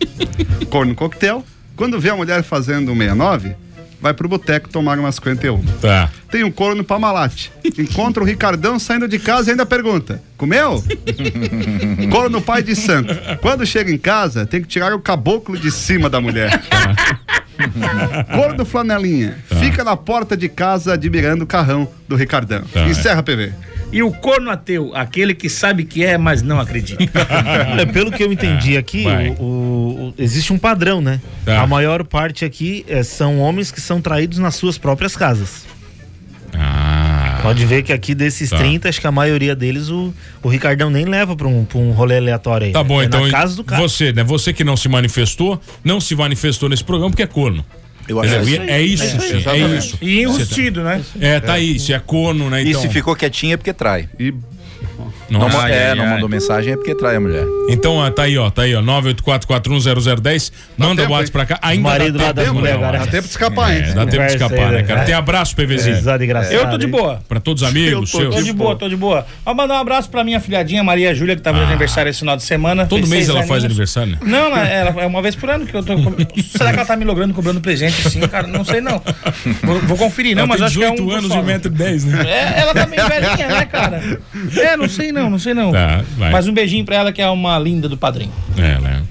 corno coquetel, quando vê a mulher fazendo um 69, vai pro boteco tomar umas 51.
Tá.
Tem um corno pamalate, encontra o Ricardão saindo de casa e ainda pergunta: comeu? corno pai de santo, quando chega em casa tem que tirar o caboclo de cima da mulher. Gordo Flanelinha,
Tá.
fica na porta de casa admirando o carrão do Ricardão.
Tá.
Encerra, PV.
E o corno ateu, aquele que sabe que é, mas não acredita.
É, pelo que eu entendi aqui,
vai.
o- o- o- existe um padrão, né?
Tá.
A maior parte aqui é, são homens que são traídos nas suas próprias casas.
Ah.
Pode ver que aqui desses
Tá.
30, acho que a maioria deles o, o Ricardão nem leva pra um, pra um rolê aleatório aí.
Tá
né?
bom,
é
então.
Na casa do cara.
Você, né? Você que não se manifestou, não se manifestou nesse programa porque é corno.
Eu acho
Entendeu?
que
E
é
é
isso
isso,
aí. É isso aí.
sim, é
Exatamente.
isso.
E enrustido,
né? tá É, tá aí, se é corno, né?
E se ficou quietinho é porque trai.
E
Não,
Nossa.
ma- é,
Ai,
não
ai,
mandou
ai.
mensagem é porque trai a mulher.
Então, ó, tá aí, ó, tá aí, ó, 984410010. Manda o WhatsApp pra cá. Ainda
Marido
dá
lá das
tempo,
mulheres
né,
agora.
Márcio?
Dá tempo de escapar,
É,
hein?
Dá tempo de
Conversa
escapar,
aí,
né,
né?
cara? Tem abraço, PVzinho.
Exato, engraçado, Eu tô de hein? boa.
Pra todos os amigos,
Eu tô, tô de boa, tô de boa. Ó, mandar um abraço pra minha filhadinha Maria Júlia, que tava de aniversário esse final de semana.
Ah. Todo
Fez
mês
seis
ela faz
aninhos.
aniversário, né?
Não, mas ela, é uma vez por ano que eu tô. com- Será que ela tá me logrando cobrando presente assim, cara? Não sei não. Vou, vou conferir, não,
Ela
mas
tem
acho que é um.
18
por
anos e
só.
1,10m, né?
É, ela tá meio velhinha, né, cara? É, não sei não, não sei não.
Tá, vai.
Mas um beijinho pra ela que é uma linda do padrinho.
É, né?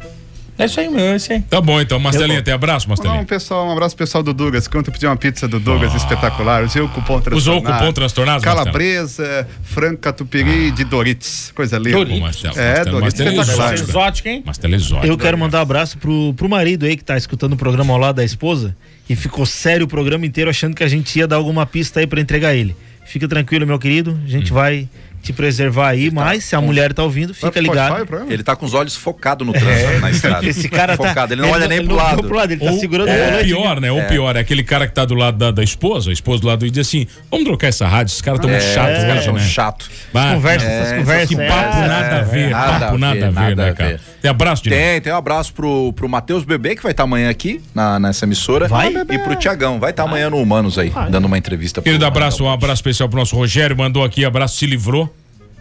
É isso aí, meu, é isso aí.
Tá bom, então. Marcelinha, tem abraço,
Mandar
Marcelinha?
um, pessoal, um abraço pro pessoal do Douglas. que Ontem eu pedi uma pizza do Douglas espetacular. Usei o cupom transtornado.
Ah. Usou o cupom transtornado, Marcelo?
Calabresa, franca tupiri de Doritos. Coisa linda.
Doritos. Ô, Tá Marcelo,
É,
Marcelo,
Doritos
Marcelo é
espetacular.
exótico.
tá Exótica, hein?
Marcelo é exótico.
Eu quero mandar um abraço pro, pro marido aí que tá escutando o programa ao lado da esposa e ficou sério o programa inteiro achando que a gente ia dar alguma pista aí pra entregar ele. Fica tranquilo, meu querido, a gente vai te preservar aí, mas se a mulher tá ouvindo, fica
é
ligado.
Ele tá com os olhos focados no trânsito, na estrada.
Esse cara tá-
focado, Ele não olha nem pro
não
lado.
olhou pro lado, ele tá
ou,
segurando
ou
o volante.
pior, né? Ou
É.
pior, é aquele cara que tá do lado da, da esposa, a esposa do lado e diz assim: vamos trocar essa rádio, esses caras tão
É,
muito chatos
esses caras
hoje,
tão
né?
chato.
Bah,
Conversa,
não.
essas conversas,
Que
é.
papo nada a ver,
É, nada
papo
a
nada a
ver,
ver,
nada
né,
a
cara?
ver.
Tem abraço de
Tem, tem um abraço pro, pro Matheus Bebê, que vai estar amanhã aqui na, nessa emissora. Vai? E pro Tiagão, vai estar amanhã no Humanos aí, dando uma entrevista. pro
Querido
Humanos.
abraço, um abraço especial pro nosso Rogério, mandou aqui, abraço, se livrou.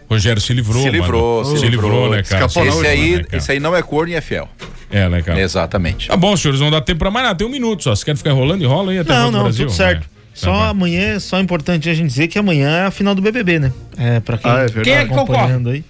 Rogério se livrou,
Se
mano.
livrou, se, livrou,
né, cara?
Escapou esse, aí,
né, cara?
esse aí não é corno e é fiel.
É, né, cara?
Exatamente. Ah,
Tá bom, senhores, não dá tempo pra mais nada, tem um minuto só. Vocês querem ficar enrolando e rola aí até o
Não, não,
Brasil? né?
tudo certo. Só amanhã, só é importante a gente dizer que amanhã é a final do BBB, né? É, pra quem
Ah, é
tá
verdade. Quem é que
acompanhando aí.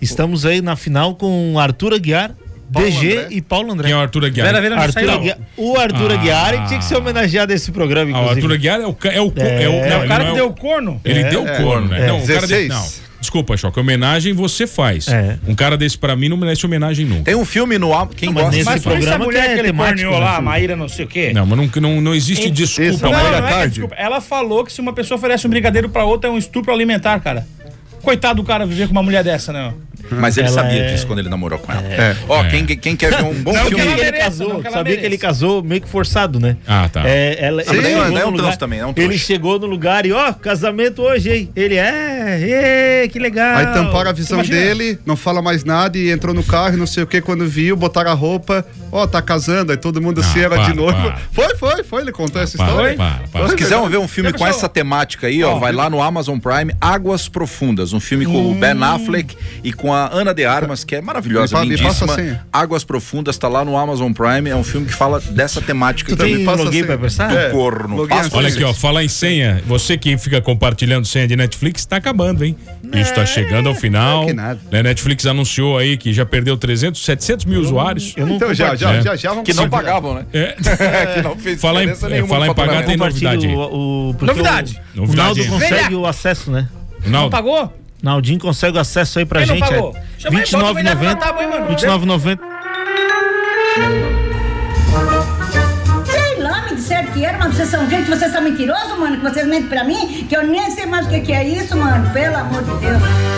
Estamos aí na final com Arthur Aguiar, DG e Paulo André.
Quem é o Arthur Aguiar? Vera Vera não
Arthur
saiu.
Aguiar- o Arthur
Ah.
Aguiar ele tinha que ser homenageado nesse programa,
Ah, o
inclusive.
Arthur Aguiar é o, ca- é o, co-
É.
é o,
É o
não, ele
cara
não
que
é
deu
o
o corno.
Ele
É,
deu o
é.
corno, né?
É.
Não, o cara de,
16.
não. Desculpa, Choque, homenagem você faz.
É.
Um cara desse pra mim não merece homenagem nunca.
Tem um filme no ar, quem
Não, mas
gosta
nesse
desse
Mas por isso a
programa
mulher
que é
que ele
temático,
corneou
né,
lá,
filho?
Maíra não sei o quê.
Não, mas não, não, não existe
Em-
desculpa.
Não,
pra-
não, não é que desculpa. Ela falou que se uma pessoa oferece um brigadeiro pra outra é um estupro alimentar, cara. Coitado do cara viver com uma mulher dessa, né?
Mas ele
Ela
sabia
é-
disso quando ele namorou com ela.
É.
Ó, quem, quem quer ver um bom
Sabia
filme.
que ele casou, sabia que ele casou meio que forçado, né?
Ah, tá.
É, ela,
Ah, mas daí é- daí é um
no
trans
lugar-
também, é um
Ele
trouxa.
chegou no lugar e, ó, casamento hoje, hein? Ele é, ê, que legal.
Aí tamparam a visão
Imagina.
dele, não fala mais nada e entrou no carro, e não sei o que, quando viu, botaram a roupa, ó, tá casando, aí todo mundo
Ah,
se era
para,
de novo.
para.
Foi, foi, foi, ele contou essa
Para,
história.
para, para.
é,
Se quiser ver um filme com essa temática aí, ó, vai lá no Amazon Prime, Águas Profundas, um filme com o Ben Affleck e com a Ana de Armas, que é maravilhosa,
Me pa- me passa
lindíssima.
assim.
Águas Profundas tá lá no Amazon Prime, é um filme que fala dessa temática
Tu tem login pra prestar?
assim. Do
É,
corno.
login
Passa
Olha
pra
aqui, ó,
vocês.
falar em senha, você que fica compartilhando senha de Netflix, tá acabando, hein?
É.
Isso tá chegando ao final. Né, Netflix anunciou aí que já perdeu 300, 700 mil usuários.
Então já, já,
Né?
já, já vamos
Que não
compartilhar.
pagavam, né?
É.
que não fez
Falar em-
diferença
é,
nenhuma
falar em
no
pagar
faturamento.
tem novidade aí.
O, o, porque
Novidade.
O, o
Novidade,
Naldo
hein?
consegue
Velha.
o acesso, né?
Naldo. Não
pagou?
Naldinho consegue o acesso aí pra
Quem não
gente.
pagou?
É
Chama aí, bota o milhão na
29,90.
tábua aí, mano.
29,90.
Sei lá, me disseram que era, mas vocês são gente, vocês são mentirosos, mano, que vocês mentem pra mim, que eu nem sei mais o que, que é isso, mano, pelo amor de Deus.